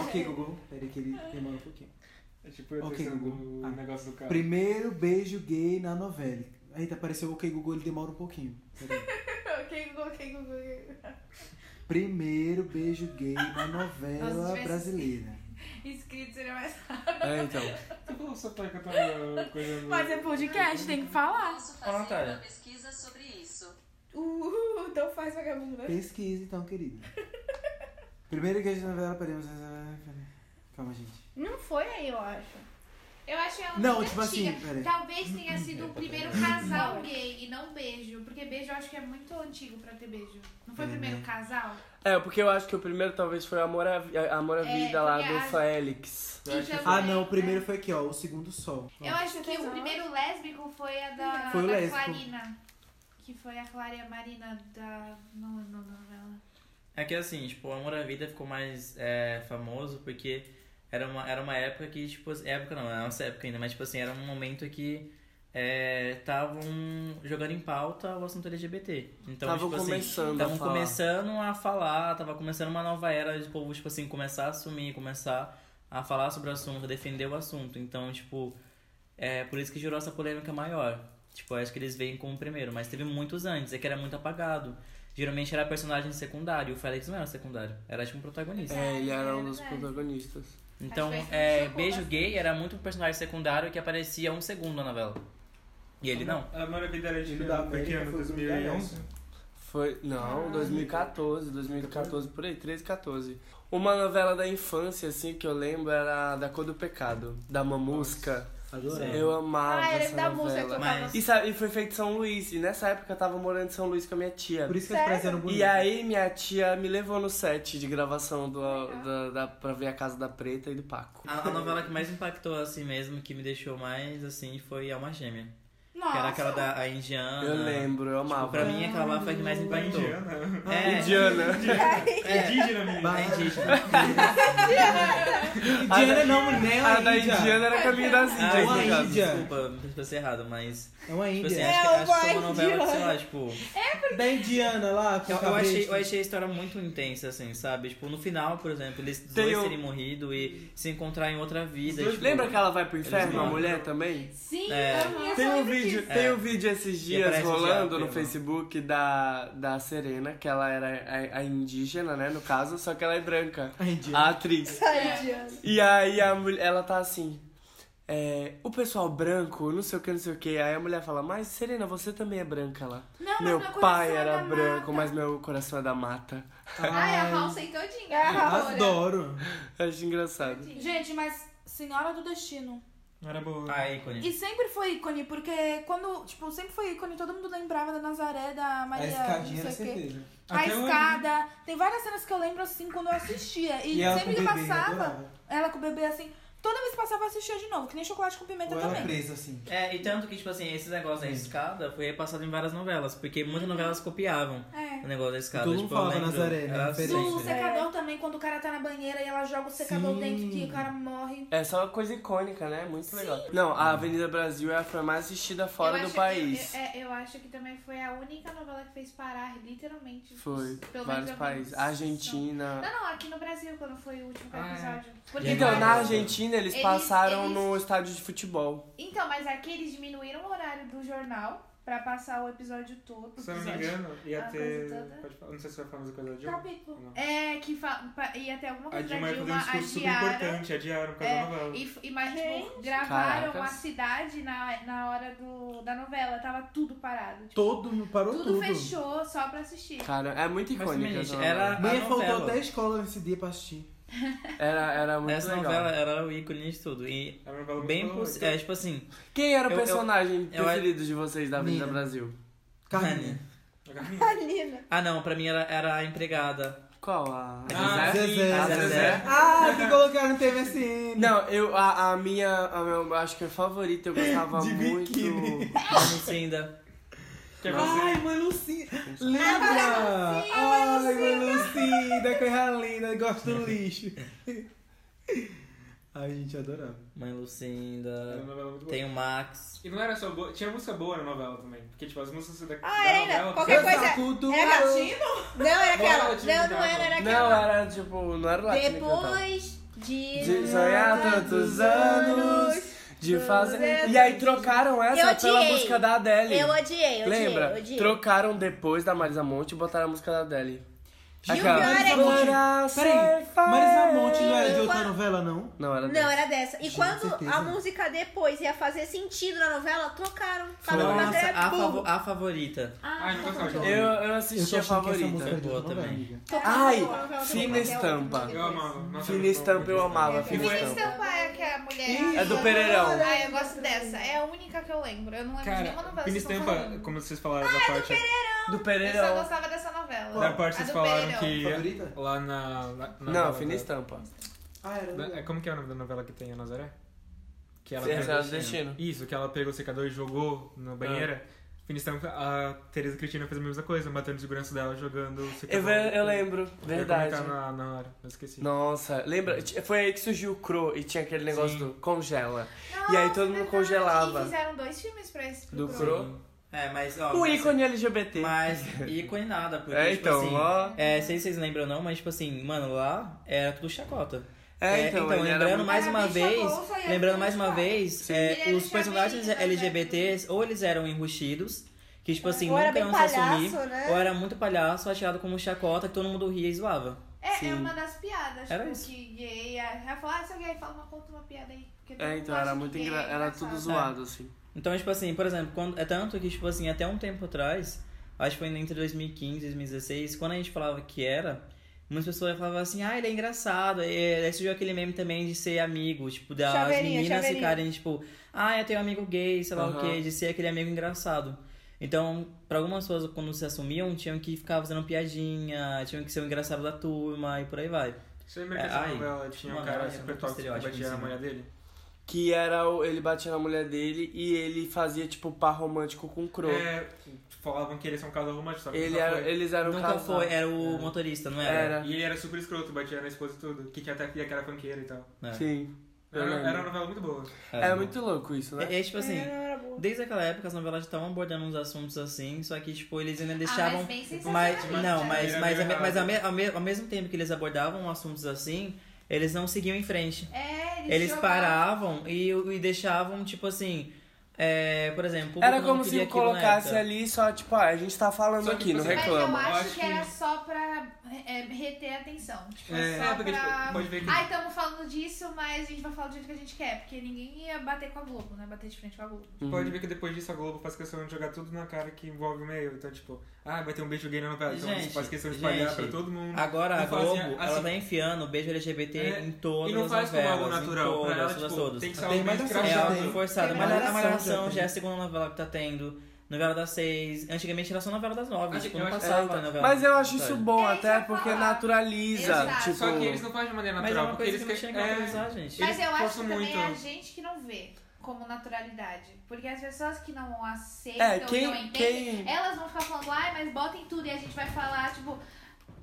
C: ok, Google. Peraí que ele demora um pouquinho.
E: É tipo, eu
C: Ok,
E: pensando
C: Google.
E: no
C: Ah.
E: negócio do cara.
C: Primeiro beijo gay na novela. Eita, apareceu o ok, Google, ele demora um pouquinho. Peraí.
D: Quem quem quem-
C: Primeiro beijo gay na
D: Nossa,
C: novela
D: tivesse-
C: brasileira.
D: Inscrito seria mais fácil.
B: É, então.
E: Eu só tô cantando coisa no-
A: Mas é podcast, tem que falar.
H: Posso
G: Ô,
H: fazer
G: Natália.
H: uma pesquisa sobre isso.
D: Uh, então faz vagabundo, né?
C: Pesquisa então,
G: <laughs>
C: querido. Primeiro beijo na novela, podemos. ah, Calma, gente.
F: Não foi aí, eu acho.
D: Eu acho ela
C: Não,
D: muito
C: tipo
D: antiga.
C: assim, peraí. é,
D: Talvez tenha sido o primeiro casal gay e não beijo. Porque beijo eu acho que é muito antigo pra ter beijo. Não foi o
C: Uhum.
D: primeiro casal?
B: É, porque eu acho que o primeiro talvez foi Amor à, Vi- Amor à
D: É,
B: Vida lá
D: porque
B: do
D: a-
B: Félix.
G: Eu acho que
D: Então,
C: Ah, não, o
D: é.
C: primeiro foi aqui, ó, o segundo sol.
D: Eu acho que o primeiro lésbico foi a da,
C: Foi o
D: da
C: lésbico.
D: Clarina. Que foi a Clara e a Marina da. Não lembro da novela.
G: É que assim, tipo, o Amor à Vida ficou mais é, famoso porque era uma, era uma época que, tipo, assim- época não, é nossa época ainda, mas tipo assim, era um momento que estavam jogando em pauta o assunto LGBT. Então,
B: Estavam
G: tipo assim,
B: começando a
G: estavam
B: falar.
G: começando a falar, tava começando uma nova era de povo, tipo assim, começar a assumir, começar a falar sobre o assunto, defender o assunto. Então, tipo, é por isso que gerou essa polêmica maior. Tipo, acho que eles veem como o primeiro, mas teve muitos antes, é que era muito apagado. Geralmente era personagem secundário, o Félix não era secundário, era tipo um protagonista.
B: É, ele era um dos protagonistas.
G: Então,
D: Acho que foi isso que
G: é,
D: me chocou
G: Beijo
D: bastante.
G: Gay era muito um personagem secundário que aparecia um segundo na novela. E ele não.
E: A Maravilha era de
C: Filho da
E: que
C: é América né?
E: ano?
C: foi o
B: Foi.
E: 2011?
F: Ah.
B: Não, 2014, 2014, por aí, 13, 14. Uma novela da infância, assim, que eu lembro era Da Cor do Pecado, da Mamusca.
C: Adorei.
B: Eu amava
F: Ah, era
B: essa
F: da música que
B: novela.
F: eu
G: Mas-
F: tava.
B: E, sa- e foi feito em São Luís, e nessa época eu tava morando em São Luís com a minha tia.
C: Por isso que eles um pareceram bonitos.
B: E aí minha tia me levou no set de gravação do, da, da, pra ver a casa da Preta e do Paco.
G: A, a novela que mais impactou assim mesmo, que me deixou mais assim, foi Alma Gêmea.
A: Nossa.
G: Que era aquela da a indiana.
B: Eu lembro, eu
G: Tipo,
B: amava.
G: pra mim aquela lá foi a que
D: Ah,
G: mais
E: Foi
G: impactou.
E: indiana.
G: É,
B: Indiana.
G: é,
E: Indígena, menina.
G: é
B: <laughs>
G: indígena.
C: Indiana não, né?
B: A Ah, da Indiana era Caminho das Índias.
G: Ah,
C: uma
B: no caso.
C: índia.
G: desculpa, me expressei errado, mas.
C: É uma
G: Tipo
C: índia.
G: assim,
F: É
G: acho que, acho que foi uma
F: uma
G: novela que, sei
F: indiana.
G: lá, tipo.
C: Da indiana lá. com
G: Eu,
C: o
G: eu achei,
C: cabelo. tipo-
G: eu achei a história muito intensa, assim, sabe? Tipo, no final, por exemplo, eles dois
B: Tem um-
G: terem morrido e se encontrar em outra vida. tipo,
B: Lembra que ela vai pro inferno, a
G: moram.
B: mulher também?
D: Sim,
G: É.
D: eu lembro
B: Tem um
D: disso.
B: vídeo, tem um vídeo esses dias
G: aparece o
B: rolando
G: diabo,
B: no
G: né?
B: Facebook da, da Serena, que ela era a, a indígena, né, no caso, só que ela é branca,
C: A
G: Ah.
C: indiana.
B: a
D: É.
B: atriz.
F: É
B: E aí a mulher, ela tá assim, é, o pessoal branco, não sei o que, não sei o que. Aí a mulher fala, mas Serena, você também é branca lá.
A: Não, mas
B: meu
A: meu coração
B: pai
A: é
B: era
A: da mata.
B: branco, mas meu coração é da mata.
D: Ah, é a
C: Ai,
D: Halsey todinha.
A: é
C: Adoro.
B: Eu acho engraçado.
A: Gente, mas Senhora do Destino.
E: Não era boa.
G: A ícone.
A: E sempre foi ícone, porque quando, tipo, sempre foi ícone, todo mundo lembrava da Nazaré, da
C: A
A: Maria,
C: escadinha
A: não
C: era
A: sei o quê.
C: certeza. né?
A: A
E: Até hoje,
A: escada. Tem várias cenas que eu lembro, assim, quando eu assistia. E,
C: E ela
A: sempre
C: com
A: que
C: o bebê, eu
A: passava,
C: adorava.
A: ela com o bebê, assim, toda vez que passava eu assistia de novo, que nem Chocolate com Pimenta
C: Ou ela
A: também.
C: presa, assim.
G: É, e tanto que, tipo assim, esse negócio da escada foi repassado em várias novelas, porque muitas novelas copiavam
A: É.
G: o negócio da escada.
C: Todo mundo
G: tipo, eu
C: falava
G: lembro,
C: Nazaré, né?
G: era
C: Diferente.
A: Do
G: assim, né?
A: secador também, quando o cara tá na banheira e ela joga o secador
C: Sim.
A: dentro que o cara morre.
B: É só uma coisa icônica, né? Muito legal. Não, a Avenida Brasil é a foi mais assistida fora
D: Eu
B: do
D: acho
B: país.
D: Que, eu, é, eu acho que também foi a única novela que fez parar, literalmente.
B: Foi,
D: Pelo
B: vários
D: menos a
B: países.
D: produção.
B: Argentina.
D: Não, não, aqui no Brasil, quando foi o último
E: Ah, é.
D: episódio. Porque é
B: Então,
D: vários-
B: na Argentina eles,
D: Eles-
B: passaram
D: eles-
B: no estádio de futebol.
D: Então, mas aqui eles diminuíram o horário do jornal pra passar o episódio todo.
E: Se eu não me
D: episódio.
E: engano, ia
D: A
E: ter.
D: coisa toda.
E: Pode falar, não sei se vai falar mais coisa da
A: Tá
E: Dilma.
D: Capítulo.
E: Não.
D: É, que fa... pa- ia ter alguma
E: A
D: coisa
E: Dilma ia fazer
D: da Dilma,
E: um
D: a
E: discurso super
D: Diara.
E: importante, adiaram por causa da novela.
D: É, e, f- e mas tipo, gravaram
G: Caracas.
D: a cidade na, na hora do, da novela, tava tudo parado. Tipo,
C: Todo mundo parou
D: tudo,
C: tudo.
D: fechou só pra assistir.
B: Cara, é muito
G: Mas
B: icônica.
G: também, gente,
B: essa
G: era
B: novela.
G: a
C: Meia faltou
G: novela.
C: até a escola nesse dia pra assistir.
B: Era, era muito
G: Essa
B: legal.
G: novela era o ícone de tudo. E
E: Era É uma novela
G: bem
E: muito
G: poss...
E: boa. então.
G: é, tipo assim,
B: Quem era o
G: Eu- eu-
B: personagem
G: eu-
B: preferido de vocês da Avenida
C: Nina.
B: Brasil?
C: Carminha.
E: A Carminha.
F: Alina.
G: Ah não, pra mim era, era a empregada.
B: Qual? A
E: Ah,
B: Zezé?
C: Zezé.
B: A
G: Zezé.
B: Zezé?
C: Ah, que colocaram no TVSN.
B: Não, eu, a, a minha, a meu- eu acho que a favorita, eu gostava
C: De
B: muito...
C: biquíni.
D: <laughs>
G: Lucinda.
E: Que é você.
C: Ai, mãe Lucinda. Lembra? Ai, mãe Lucinda, coisa linda. Gosto do lixo. Ai, gente, eu adorava.
E: Era
G: Mãe
E: É uma
G: Lucinda.
E: novela muito boa.
G: Tem o Max.
E: E não era só boa, tinha música boa na novela também. Porque, tipo, as músicas da,
F: Ah,
E: da
F: era ainda.
E: novela.
F: Qualquer coisa-
C: Tudo
F: É Não, era aquela.
E: Bora, time
F: Não, não
E: da-
F: era,
D: É
F: era
B: Não,
F: aquela.
B: era tipo, não era latina que eu tava.
F: Depois de...
B: De sonhar tantos anos, de fazer... E aí trocaram essa
F: Eu
B: pela
F: odiei.
B: música da Adele.
F: Eu odiei, eu
B: Lembra?
F: odiei, eu odiei.
B: Trocaram depois da Marisa Monte e botaram a música da Adele.
F: Gil Marisa Monte.
B: Peraí,
C: Peraí, Marisa Monte não era de outra novela, não?
B: Não, era
F: Não,
B: dessa.
F: era dessa. E
C: Gente,
F: quando
C: certeza.
F: a música depois ia fazer sentido na novela, trocaram. um Pra Ah, não é fazer
G: Nossa, a,
F: burro.
G: favo- a favorita.
E: Ah, não gostava de
B: Eu, eu assisti a
C: achava que essa
B: favorita.
C: música é era de
G: Boa
C: outra
G: também.
C: novela, amiga.
B: Ai,
F: Novela do
B: fina
F: Raquel,
B: estampa.
F: depois.
E: Eu amava. Nossa,
B: Fina Estampa eu amava, Fina
D: Fina
B: Estampa.
D: Estampa é que é a mulher.
B: É do Pereirão.
D: Ah, eu gosto dessa. É a única que eu lembro. Eu não lembro de
E: Cara,
D: nenhuma novela.
E: Fina
D: vocês estão
E: Estampa,
D: falando.
E: como vocês falaram da parte.
B: Do
D: Eu só
B: Pereirão.
D: gostava dessa novela.
E: Da parte
D: a
E: vocês
D: do
E: falaram
D: Pereirão.
E: que.
C: Favorita?
E: Lá na. lá-
B: Não,
E: na novela
B: Fina
E: da-
B: Estampa.
C: Ah, era.
E: da- é,
C: legal.
E: Como que é o nome da novela que tem a Nazaré? Que ela assim,
B: Sim,
E: pega-
B: Sim. é Destino.
E: Isso, que ela pegou o secador e jogou na
B: Ah.
E: banheira. Fina Estampa, a Tereza Cristina fez a mesma coisa, matando o segurança dela jogando o
B: Eu,
E: secador.
B: ve- eu lembro,
E: assim. Eu ia
B: verdade.
E: comentar Na, na hora, eu esqueci.
B: Nossa, lembra? T- Foi aí que surgiu o Crow e tinha aquele negócio
E: Sim.
B: do congela.
D: Nossa,
B: E aí todo mundo
D: verdade.
B: congelava.
D: E fizeram dois filmes pra esse pro
B: Do
D: Crow.
B: Crow.
G: É, mas ó.
B: O
G: mas-
B: ícone LGBT.
G: Mas ícone nada, porque
B: É,
G: tipo
B: então,
G: assim.
B: ó.
G: É, sei se vocês lembram ou não, mas tipo assim, mano, lá era tudo chacota.
B: É, então, ele era
G: lembrando
B: muito-
G: mais
D: Era
G: uma
D: bicha
G: vez,
D: bolsa e era
G: lembrando
D: tudo
G: mais uma
D: chacota.
G: vez, é,
D: Ele era
G: os
D: chavinho,
G: personagens
D: né,
G: LGBTs, ou eles eram enrustidos, que tipo assim,
F: Ou era
G: nunca
F: bem
G: iam se
F: palhaço,
G: assumir,
F: né?
G: ou era muito palhaço, achado como chacota, que todo mundo ria e zoava.
D: É,
B: Sim.
D: é uma das piadas,
G: Era
D: tipo,
G: isso.
D: que gay. Ela fala, ah, seu gay, fala uma, conta uma piada aí. Porque todo
B: É,
D: mundo
B: então
D: acha
B: era
D: que
B: muito
D: gay é
B: engra... Era tudo
D: engraçado.
B: zoado, assim.
G: Então, tipo assim, por exemplo, quando, é tanto que, tipo assim, até um tempo atrás, acho que foi entre 2015 e 2016, quando a gente falava que era, muitas pessoas falavam assim, ah, ele é engraçado. E aí surgiu aquele meme também de ser amigo, tipo, das
F: Chaveirinho,
G: meninas
F: chaveirinho.
G: ficarem, tipo, ah, eu tenho um amigo gay, sei lá o
B: Aham.
G: quê, de ser aquele amigo engraçado. Então, pra algumas pessoas, quando se assumiam, tinham que ficar fazendo piadinha, tinham que ser o engraçado da turma e por aí vai.
E: Você lembra que
G: É,
E: essa
G: ai,
E: novela tinha um
G: mano,
E: cara
G: é
E: super
G: muito
E: tóxico que
G: estereótipo
E: batia
G: em
E: na
G: cima.
E: mulher dele?
B: Que era o... ele batia na mulher dele e ele fazia, tipo, par romântico com o Crow.
E: É, falavam que eles são um casal romântico, só que
B: Ele
E: nunca
B: era-
E: foi.
B: Eles eram
G: Nunca
B: casal. É.
G: foi, era o motorista, não era?
B: Era.
E: E ele era super escroto, batia na esposa e tudo. Que tinha até a filha que era funkeira e tal.
G: É.
B: Sim. Eu
E: Era,
B: lembro.
E: era uma novela muito boa.
B: É muito louco isso, né?
G: É, é, tipo assim,
F: Não, era boa.
G: Desde aquela época as novelas estavam abordando uns assuntos assim, só que tipo eles ainda
D: Ah, mas
G: deixavam
D: bem
G: mas,
D: sensacionalista,
G: não,
D: né?
G: mas
E: Era
G: mas,
E: meio
G: ao me- mas ao, me-
E: errado.
G: ao, me- ao mesmo tempo que eles abordavam assuntos assim, eles não seguiam em frente.
D: É, eles,
G: Eles
D: jogavam-
G: paravam e, e deixavam tipo assim, é, por exemplo, o público
B: Era
G: não
B: como se
G: queria aquilo na
B: colocasse
G: época.
B: ali só, tipo, ah, a gente tá falando
E: Só que
B: aqui, não
E: você-
D: Mas
B: reclama.
D: eu acho,
E: acho
D: que,
E: que-
D: era só pra é, reter a atenção. Tipo,
E: É,
D: só
E: porque,
D: pra...
E: tipo, pode ver que-
D: Ai, estamos falando disso, mas a gente vai falar do jeito que a gente quer. Porque ninguém ia bater com a Globo, né? Bater de frente com a Globo.
B: Uhum.
E: Pode
G: Uhum.
E: ver que depois disso a Globo faz questão de jogar tudo na cara que envolve o meio. Então, tipo, ah, vai ter um beijo gay na novela. Então,
G: Gente,
E: eles faz questão de espalhar
G: gente,
E: pra todo
B: um-
E: mundo.
G: Agora a
E: Não fazia-
G: Globo, ela
E: assim-
G: tá enfiando beijo LGBT
E: É,
G: em todas
E: e não
G: as
E: faz como
G: novelas,
E: algo natural.
G: em todas,
E: pra ela,
G: todas,
E: tipo,
G: todas.
E: tem que ser
C: Tem
E: algo meio né?
C: malhação
G: É
C: já
E: escrachado.
G: algo forçado.
D: Tem
G: Mas a
C: malhação
G: Malhação
C: já
G: já é a
C: tem.
G: segunda novela que tá tendo. Novela das seis. Antigamente era só novela das nove.
E: Acho-
G: tipo,
E: eu
G: não
E: acho-
G: passava
B: é, então.
G: novela.
B: Mas eu acho
G: sabe?
B: isso bom, até
D: É, isso que eu ia
B: porque
D: falar.
B: naturaliza.
D: Exato.
B: Tipo,
E: Tá Só que eles não fazem de maneira
G: Mas é
E: natural.
G: uma
E: porque
G: coisa
E: eles
G: que não chega
E: querem- é,
G: a naturalizar, gente.
D: Mas
E: Eles
D: eu acho que
E: forçam
D: também é
E: muito.
D: a gente que não vê como naturalidade. Porque as pessoas que não aceitam
B: É, quem-
D: e não entendem,
B: quem-
D: elas vão ficar falando, ai, mas botem tudo e a gente vai falar, tipo.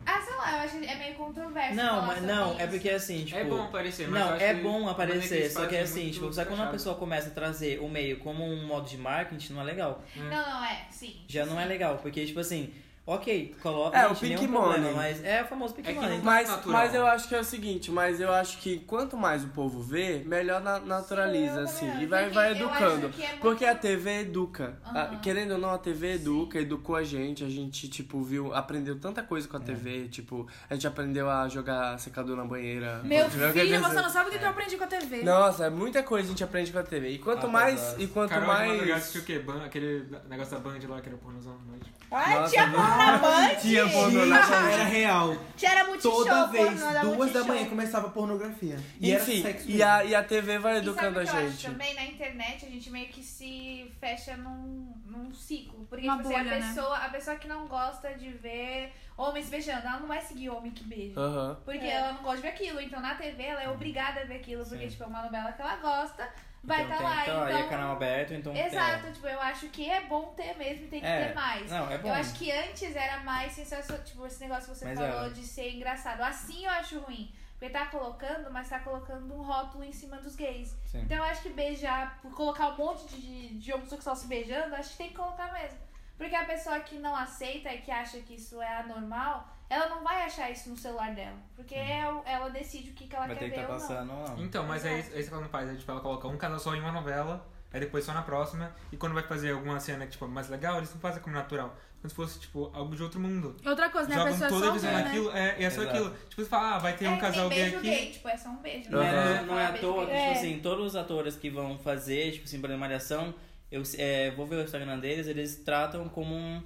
D: Ah, sei lá, eu acho que é meio controverso.
G: Não,
D: falar
G: mas
D: sobre
G: não,
D: isso.
G: é porque assim, tipo.
E: É bom aparecer, mas
G: Não,
E: eu acho
G: é
E: que
G: bom
E: a maneira que
G: aparecer,
E: eles
G: só que
E: fazem é
G: assim,
E: muito
G: tipo, só que quando uma
E: escrachado.
G: pessoa começa a trazer o meio como um modo de marketing, não é legal.
D: Não, não, é, sim.
G: Já não é legal, porque, tipo assim, Ok, coloca.
B: É,
G: gente,
B: o Pink
G: nenhum
B: Money.
G: Problema, mas é o famoso Pink
E: É que
C: Ah, então
E: não-
G: Money.
B: Mas,
E: natural.
B: mas eu acho que é o seguinte, mas eu acho que quanto mais o povo vê, melhor na- naturaliza, assim, e vai,
D: Porque
B: vai
D: eu
B: educando.
D: acho que é muito-
B: Porque a TV educa. A-
D: Aham.
B: querendo ou não, a TV educa, educou a gente, a gente, tipo, viu, aprendeu tanta coisa
C: É.
B: com a TV, tipo, a gente aprendeu a jogar secador na banheira.
A: Meu
B: Entendeu?
A: filho,
B: Quer dizer,
A: você não sabe o que, que eu aprendi com a TV.
B: Nossa, é muita coisa a gente aprende com a TV. E quanto
C: tá,
G: Ah,
B: mais,
G: verdade.
B: e quanto
E: Carol de madrugada
B: mais...
E: assistiu
C: tipo,
E: o quê? Ban- aquele negócio da Band lá, que era o pornozão à noite.
F: Ai,
B: Nossa,
F: tinha porno na Band.
C: Tinha pornografia, era real.
F: Tinha
D: Tipo,
F: era multishow,
C: Toda vez,
F: porno, era
C: duas da
F: multishow.
C: manhã, começava a pornografia. E
B: Enfim,
C: era sexo
B: e a, e a TV vai educando
D: e sabe o que
B: a
D: eu
B: gente.
D: Acho também na internet a gente meio que se fecha num, num ciclo. Porque
A: Uma
D: tipo, assim,
A: bolha,
D: a,
A: né?
D: pessoa, a pessoa que não gosta de ver homens beijando, ela não vai seguir homem que beija.
B: Aham.
D: Porque
F: É.
D: ela não gosta de ver aquilo. Então na TV ela é obrigada a ver aquilo. Porque,
G: Sim.
D: tipo, é uma novela que ela gosta, vai
G: então,
D: estar tá
G: tem-
D: lá.
G: Então,
D: Então,
G: aí é canal aberto, então. tem-
D: Exato, tipo, eu acho que é bom ter mesmo e tem que
G: É.
D: ter mais.
G: Não, é bom.
D: Eu acho que antes era mais sensacional, tipo, esse negócio que você
G: Mas
D: falou
G: é.
D: de ser engraçado. Assim eu acho ruim. Porque tá colocando, mas tá colocando um rótulo em cima dos gays.
G: Sim.
D: Então eu acho que beijar, por colocar um monte de, de homossexual se beijando, acho que tem que colocar mesmo. Porque a pessoa que não aceita e que acha que isso é anormal, ela não vai achar isso no celular dela. Porque ela, ela decide o que, que ela
G: Vai
D: quer
G: ter que
D: ver
G: estar
D: ou não.
G: passando ou não.
E: Então, mas é isso, é isso que ela não faz. É, tipo, ela coloca um canal só em uma novela, aí depois só na próxima. E quando vai fazer alguma cena que tipo, é mais legal, eles não fazem como natural. Como se fosse tipo, algo de outro mundo.
A: Outra coisa, né? A
E: Jogam
A: pessoa
E: toda
A: é
E: a
A: só
E: visão
A: vê, né?
E: naquilo, é, é só
G: Exato.
E: aquilo. Tipo, você fala, ah, vai ter
D: É
E: um
D: que
E: casal
D: tem
E: gay
D: beijo
E: aqui.
D: gay, tipo, é só um beijo.
G: Não,
B: Aham.
G: é,
D: Só
G: não é à
D: beijo
G: toa que,
D: gay.
G: tipo
D: É.
G: assim, todos os atores que vão fazer, tipo assim, por exemplo, Malhação, eu é, vou ver o Instagram deles, eles tratam como um,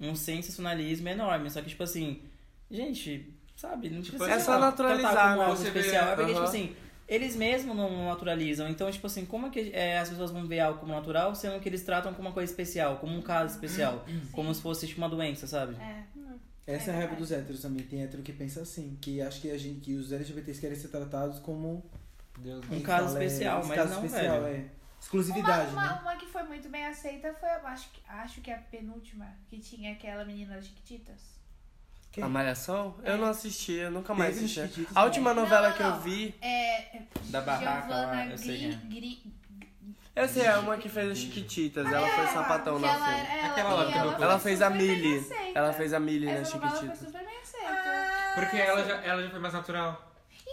G: um sensacionalismo enorme. Só que, tipo assim, gente, sabe? Não
B: Tipo, é
G: precisa
B: só naturalizar,
G: tratar como algo
E: você vê,
G: especial. é porque, tipo
B: aham.
G: assim, eles mesmos não naturalizam. Então, tipo assim, como é que é, as pessoas vão ver algo como natural, sendo que eles tratam como uma coisa especial, como um caso especial. como se fosse, tipo, uma doença, sabe?
D: É.
C: Essa é a
D: É
C: raiva
D: verdade.
C: dos héteros também. Tem hétero que pensa assim, que acha que, a gente, que os LGBTs querem ser tratados como...
E: Deus.
G: Um
C: ele
G: caso
C: fala, é,
G: especial,
C: um
G: mas
C: caso
G: não,
C: especial,
G: velho.
C: é. Exclusividade,
D: uma, uma,
C: né?
D: uma que foi muito bem aceita foi, eu acho, que- acho que é a penúltima, que tinha aquela menina das Chiquititas.
C: Que-
B: A Malhação? Eu não assisti, eu nunca mais
C: Teve
B: assisti.
C: Chiquititas
B: A última
D: também.
B: novela
D: Não,
B: que eu
D: não.
B: vi.
D: É.
G: Da barraca lá,
D: Giovanna
G: eu sei quem
D: Gri,
G: é.
D: Gri,
B: Essa é uma que fez as Chiquititas, ela foi sapatão
D: que
B: na
D: ela,
B: cena.
D: era- ela,
E: Aquela lá
D: e
E: que
D: ela,
E: tocou.
D: foi
B: Ela fez a
D: super bem
B: Millie.
D: aceita.
B: Ela fez a Millie nas
D: Essa novela foi
B: Chiquititas.
D: super bem aceita.
E: Porque
A: Ah,
E: ela já, ela já foi mais natural.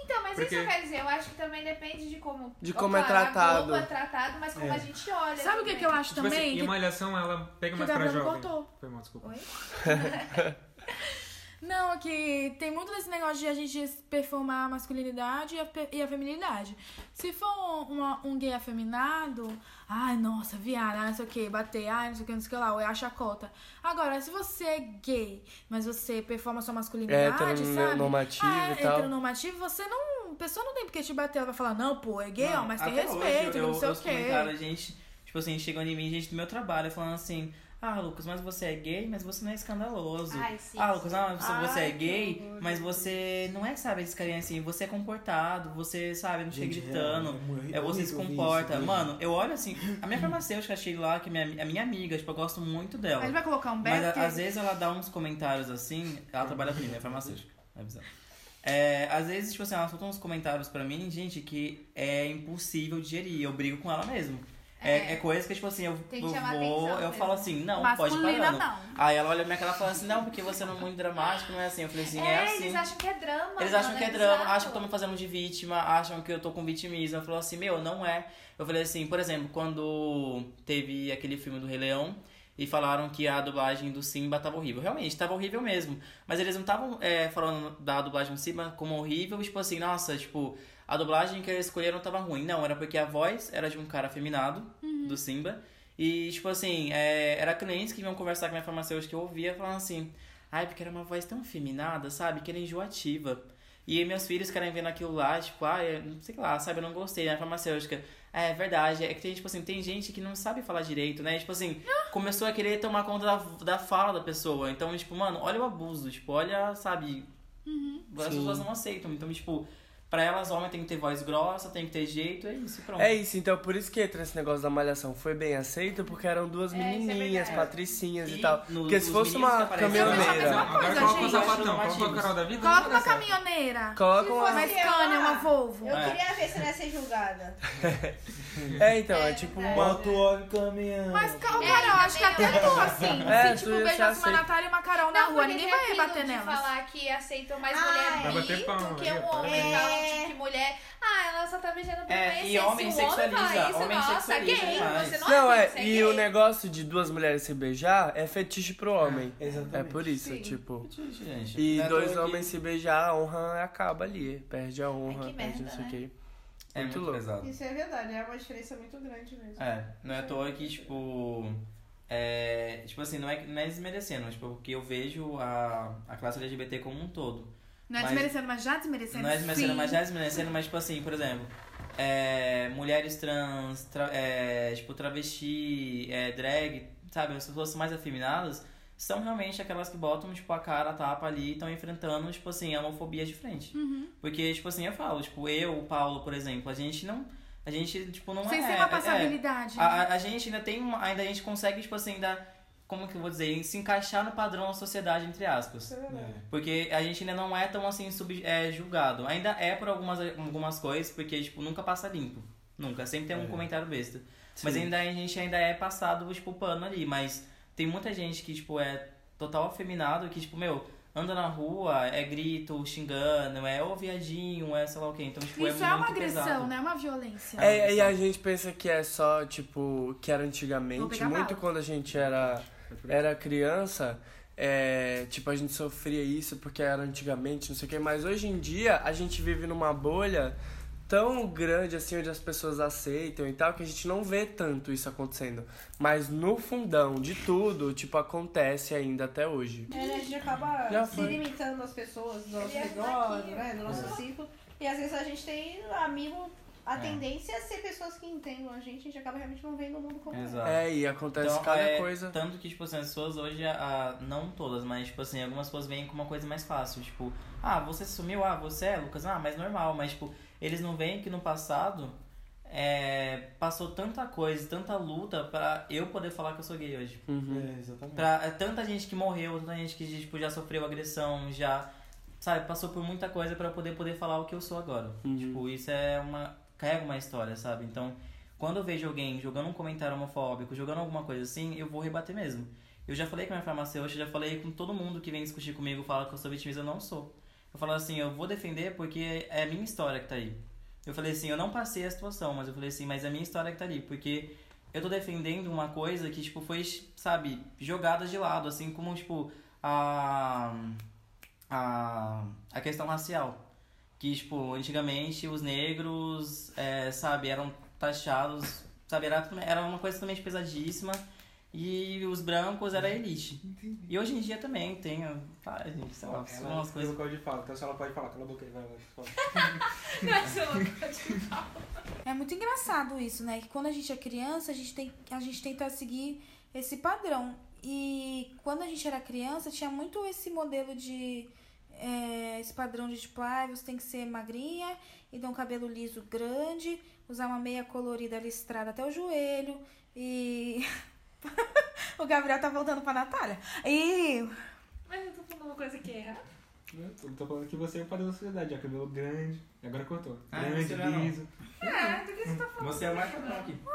D: Então, mas
E: Porque-
D: isso eu quero dizer, eu acho que também depende de como.
B: De como é
D: claro, a
B: tratado.
D: Globo é tratado, mas como
C: É.
D: a gente olha.
A: Sabe o que,
D: também.
A: que eu acho
E: Tipo
A: também?
E: assim, e
A: Que-
E: uma alhação, ela pega
A: que o
E: mais pra
A: Gabriel
E: jovem.
A: contou.
E: Foi mal, desculpa.
D: Oi?
A: Não, é que tem muito desse negócio de a gente performar a masculinidade e a, pe- e a feminilidade. Se for uma- um gay afeminado, ai, nossa, viada, ai, não sei o que, bater, ai, não sei o que, não sei o que lá, ou é a chacota. Agora, se você é gay, mas você performa sua
B: É,
A: masculinidade, sabe?
B: heteronormativo
A: Ah,
B: e tal.
A: heteronormativo, você não. A pessoa não tem porque te bater, ela vai falar, não, pô, é gay, ó, mas tem
G: até
A: respeito,
G: hoje, eu,
A: não sei
G: eu,
A: o
G: os
A: quê.
G: comentários, gente, tipo assim, chegam em mim, gente do meu trabalho, falando assim, ah, Lucas, mas você é gay, mas você não é escandaloso.
D: Ai, sim.
G: ah, Lucas, ah, você, você
A: Ai,
G: é
A: que
G: gay,
A: horror,
G: mas você não é, sabe, esse carinha assim, você é comportado, você, sabe, não
C: é
G: fica gritando. É, você se comporta. Mano, eu olho assim, a minha farmacêutica, a Sheila, lá, que é minha, a minha amiga, tipo, eu gosto muito dela.
A: Ele vai colocar um
G: Mas a-
A: beck?
G: às vezes ela dá uns comentários assim. Ela trabalha comigo, é farmacêutica. avisando. É, às vezes, tipo assim, ela solta uns comentários pra mim, gente, que é impossível digerir. Eu brigo com ela mesmo. É,
D: É.
G: é coisa que, tipo assim, eu,
D: Tem que
G: eu
D: chamar
G: vou,
D: atenção
G: eu
D: mesmo.
G: falo assim, não, pode
A: Masculina,
G: parar.
A: não.
G: Aí ela olha pra minha cara e fala assim, não, porque você não é muito dramático, não é assim. Eu falei assim, é,
D: É,
G: assim.
D: eles acham que é drama.
G: Eles
D: mano,
G: acham que é
D: é
G: drama,
D: bizarro.
G: acham que eu tô me fazendo de vítima, acham que eu tô com vitimismo. Eu falo assim, meu, não é. Eu falei assim, por exemplo, quando teve aquele filme do Rei Leão e falaram que a dublagem do Simba tava horrível. Realmente, tava horrível mesmo. Mas eles não estavam é, falando da dublagem do Simba como horrível, tipo assim, nossa, tipo, a dublagem que eles escolheram tava ruim. Não, era porque a voz era de um cara afeminado, do Simba. E, tipo assim, é, era clientes que vinham conversar com a minha farmacêutica que eu ouvia falando assim. Ai, porque era uma voz tão feminada, sabe? Que era enjoativa. E meus filhos querem vendo aquilo lá, tipo, ah, eu não sei lá, sabe? Eu não gostei, né? Farmacêutica. É verdade, é que tem, tipo assim, tem gente que não sabe falar direito, né? Tipo assim, começou a querer tomar conta da, da fala da pessoa. Então, Uhum. tipo, mano, olha o abuso, tipo, olha, sabe? As pessoas não aceitam. Então, tipo, Pra elas, homem tem que ter voz grossa, tem que ter jeito, é isso, pronto.
B: É isso, então por isso que entra esse negócio da malhação. Foi bem aceito porque eram duas
D: É, isso é
B: menininhas,
D: verdade.
B: patricinhas e,
G: E
B: tal.
G: no-
B: porque se
G: os
B: fosse
G: meninos que
B: uma
G: aparecem- é
B: caminhoneira.
A: Não,
E: Agora
A: coisa,
E: coloca o
A: gente.
E: sapatão, coloca o Carol da vida.
A: Coloca uma
E: caminhada.
A: caminhoneira.
B: Coloca uma.
A: Uma Scania, uma Volvo.
F: Eu
G: É.
F: queria ver se não ia ser julgada.
B: É, então, é,
D: É,
B: tipo
D: verdade.
B: uma.
C: Bota o óleo caminhão.
A: Mas, Carol,
D: É,
A: cara, eu acho que
D: também
A: até
D: eu
A: tu,
D: acho.
A: assim,
B: É,
A: se,
B: tu
A: tipo,
B: ia
A: beijasse
G: assim.
B: achar
A: uma Natália e uma Carol na rua, ninguém vai bater
D: nela.
A: nelas. é.
D: falar que aceitam mais
F: Ah,
D: mulher
E: Vai
D: bonito
E: bater palma,
D: que
E: né?
D: um homem.
F: É.
D: Falam, tipo, que mulher... Ah, ela só tá beijando pra
G: É,
D: conhecer.
G: e
D: Se
G: homem
D: um
G: sexualiza,
D: Homem, fala isso,
G: homem
D: nossa,
G: sexualiza
D: gay,
G: demais.
D: você não,
B: Não,
D: é,
B: é,
D: gay, você é
B: e o
D: gay.
B: negócio de duas mulheres se beijar é fetiche pro homem.
C: exatamente.
B: É por isso,
D: Sim.
B: tipo.
G: Gente,
B: E
G: não é à
B: dois
G: toa que-
B: homens se beijar, a honra acaba ali. Perde a honra,
D: que
B: perde
D: merda,
B: não sei o
D: né?
B: quê.
G: É muito
B: louco.
G: pesado.
F: Isso é verdade, é uma diferença muito grande mesmo.
G: É, não é à toa que, tipo. É, tipo assim, não é, não é desmerecendo, tipo, porque eu vejo a, a classe LGBT como um todo.
A: Não é
G: Mas-
A: desmerecendo, mas já desmerecendo.
G: Não é desmerecendo,
A: sim.
G: mas já é desmerecendo, mas tipo assim, por exemplo, é, mulheres trans, tra- é, tipo, travesti, é, drag, sabe, as pessoas mais afeminadas são realmente aquelas que botam, tipo, a cara, a tapa ali e estão enfrentando, tipo assim, a homofobia de frente.
A: Uhum.
G: Porque, tipo assim, eu falo, tipo, eu, o Paulo, por exemplo, a gente não. A gente, tipo, não
A: Sem
G: é.
A: ser uma
G: é- Ah,
A: passabilidade.
G: a, a- a gente ainda tem uma, ainda a gente consegue, tipo assim, ainda, como que eu vou dizer, se encaixar no padrão da sociedade, entre aspas. Porque a gente ainda não é tão assim sub, é, julgado. Ainda é por algumas, algumas coisas, porque, tipo, nunca passa limpo. Nunca. Sempre tem um comentário besta. Mas ainda a gente ainda é passado, tipo, pano ali. Mas tem muita gente que, tipo, é total afeminado, que, tipo, meu, anda na rua, é grito, xingando, é ô viadinho, é sei lá o quê. Então, tipo,
A: Isso é,
G: é,
A: uma
G: muito
A: agressão,
G: pesado.
A: né? É uma violência.
B: É, e a gente pensa que é só, tipo, que era
A: Vou
B: antigamente,
A: pegar
B: muito
A: bala.
B: quando a gente era,
G: É
B: era criança, é, tipo, a gente sofria isso porque era antigamente, não sei o que, mas hoje em dia a gente vive numa bolha tão grande assim, onde as pessoas aceitam e tal, que a gente não vê tanto isso acontecendo. Mas no fundão de tudo, tipo, acontece ainda até hoje.
F: É, né, a gente acaba
B: Já
F: se
B: foi.
F: limitando às pessoas do nosso
D: Ele é
F: negócio,
D: daqui.
F: né? Do nosso ciclo. E às vezes a gente tem amigo, a tendência é ser pessoas que entendam a gente, a gente acaba realmente não vendo o mundo como é.
G: Exato.
B: É, e acontece cada
G: é,
B: coisa.
G: Tanto que, tipo assim, as pessoas hoje, ah, não todas, mas, tipo assim, algumas pessoas veem como uma coisa mais fácil. Tipo, ah, você sumiu, ah, você é, Lucas, ah, mas normal. Mas, tipo, eles não veem que no passado é, passou tanta coisa, tanta luta pra eu poder falar que eu sou gay hoje.
B: Uhum.
C: É, exatamente.
G: Pra é, tanta gente que morreu, tanta gente que, tipo, já sofreu agressão, já, sabe, passou por muita coisa pra eu poder, poder falar o que eu sou agora.
B: Uhum.
G: Tipo, isso é uma. carrega uma história, sabe? Então, quando eu vejo alguém jogando um comentário homofóbico, jogando alguma coisa assim, eu vou rebater mesmo. Eu já falei com a minha farmacêutica, já falei com todo mundo que vem discutir comigo, fala que eu sou vitimista, eu não sou. Eu falo assim, eu vou defender porque é a minha história que tá aí. Eu falei assim, eu não passei a situação, mas eu falei assim, mas é a minha história que tá ali, porque eu tô defendendo uma coisa que, tipo, foi, sabe, jogada de lado, assim, como, tipo, a. a, a questão racial. Que, tipo, antigamente os negros, é, sabe, eram taxados, sabe, era, era uma coisa também pesadíssima. E os brancos era elite. E hoje em dia também tem, tá, gente, sei lá,
E: Ela
G: umas
E: tem
G: coisas.
E: local de fala, então se ela pode falar, cala a boca aí, vai, vai. fala.
A: É muito engraçado isso, né? Que quando a gente é criança, a gente, tem, a gente tenta seguir esse padrão. E quando a gente era criança, tinha muito esse modelo de. é, esse padrão de tipo, ah, você tem que ser magrinha e ter um cabelo liso grande, usar uma meia colorida listrada até o joelho e. <laughs> o Gabriel tá voltando pra Natália. E.
D: Mas eu tô falando uma coisa que é errada.
E: Né? Eu tô falando que você é o padrão da sociedade, ó, cabelo grande, agora cortou.
G: Ah,
E: grande,
G: você não é não.
E: liso.
D: É, do que você tá falando?
G: Você é o mais padrão aqui.
E: <laughs>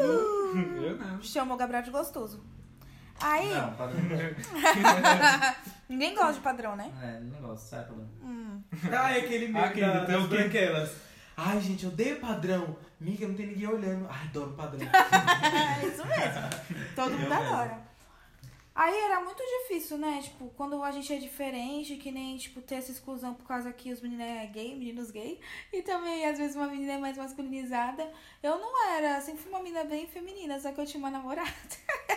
E: Eu não.
A: uh, Chama o Gabriel de gostoso. Aí.
G: Não, padrão.
A: <laughs> Ninguém gosta de padrão, né?
G: É, não gosto, sai padrão.
C: Ah, é aquele meme
E: Aquele,
C: da,
E: tem
C: das
E: o quê?
C: branquelas. Ai, gente, eu odeio padrão. Miga, não tem ninguém olhando. Ai, adoro padrão.
A: É isso mesmo. Todo mundo adora. Aí era muito difícil, né? Tipo, quando a gente é diferente, que nem, tipo, ter essa exclusão por causa que os meninos é gay, meninos gay. E também, às vezes, uma menina é mais masculinizada. Eu não era, sempre fui uma menina bem feminina, só que eu tinha uma namorada. <laughs>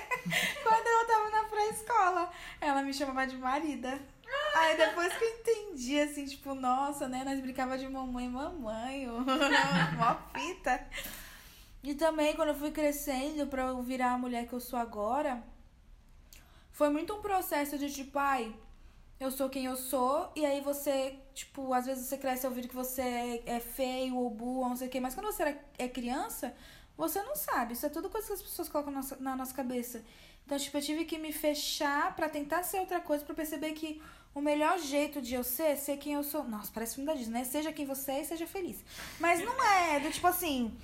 A: quando eu tava na pré-escola, ela me chamava de marida. Aí depois que eu entendi, assim, tipo, nossa, né? Nós brincava de mamãe, mamãe, <laughs> mó fita. E também, quando eu fui crescendo pra eu virar a mulher que eu sou agora, foi muito um processo de tipo, ai, eu sou quem eu sou, e aí você, tipo, às vezes você cresce ouvindo que você é feio ou burro, ou não sei o quê, mas quando você era- é criança, você não sabe. Isso é tudo coisa que as pessoas colocam na nossa, na nossa cabeça. Então, tipo, eu tive que me fechar pra tentar ser outra coisa, pra perceber que o melhor jeito de eu ser é ser quem eu sou. Nossa, parece filme da Disney, né? Seja quem você é e seja feliz. Mas não é, do tipo assim,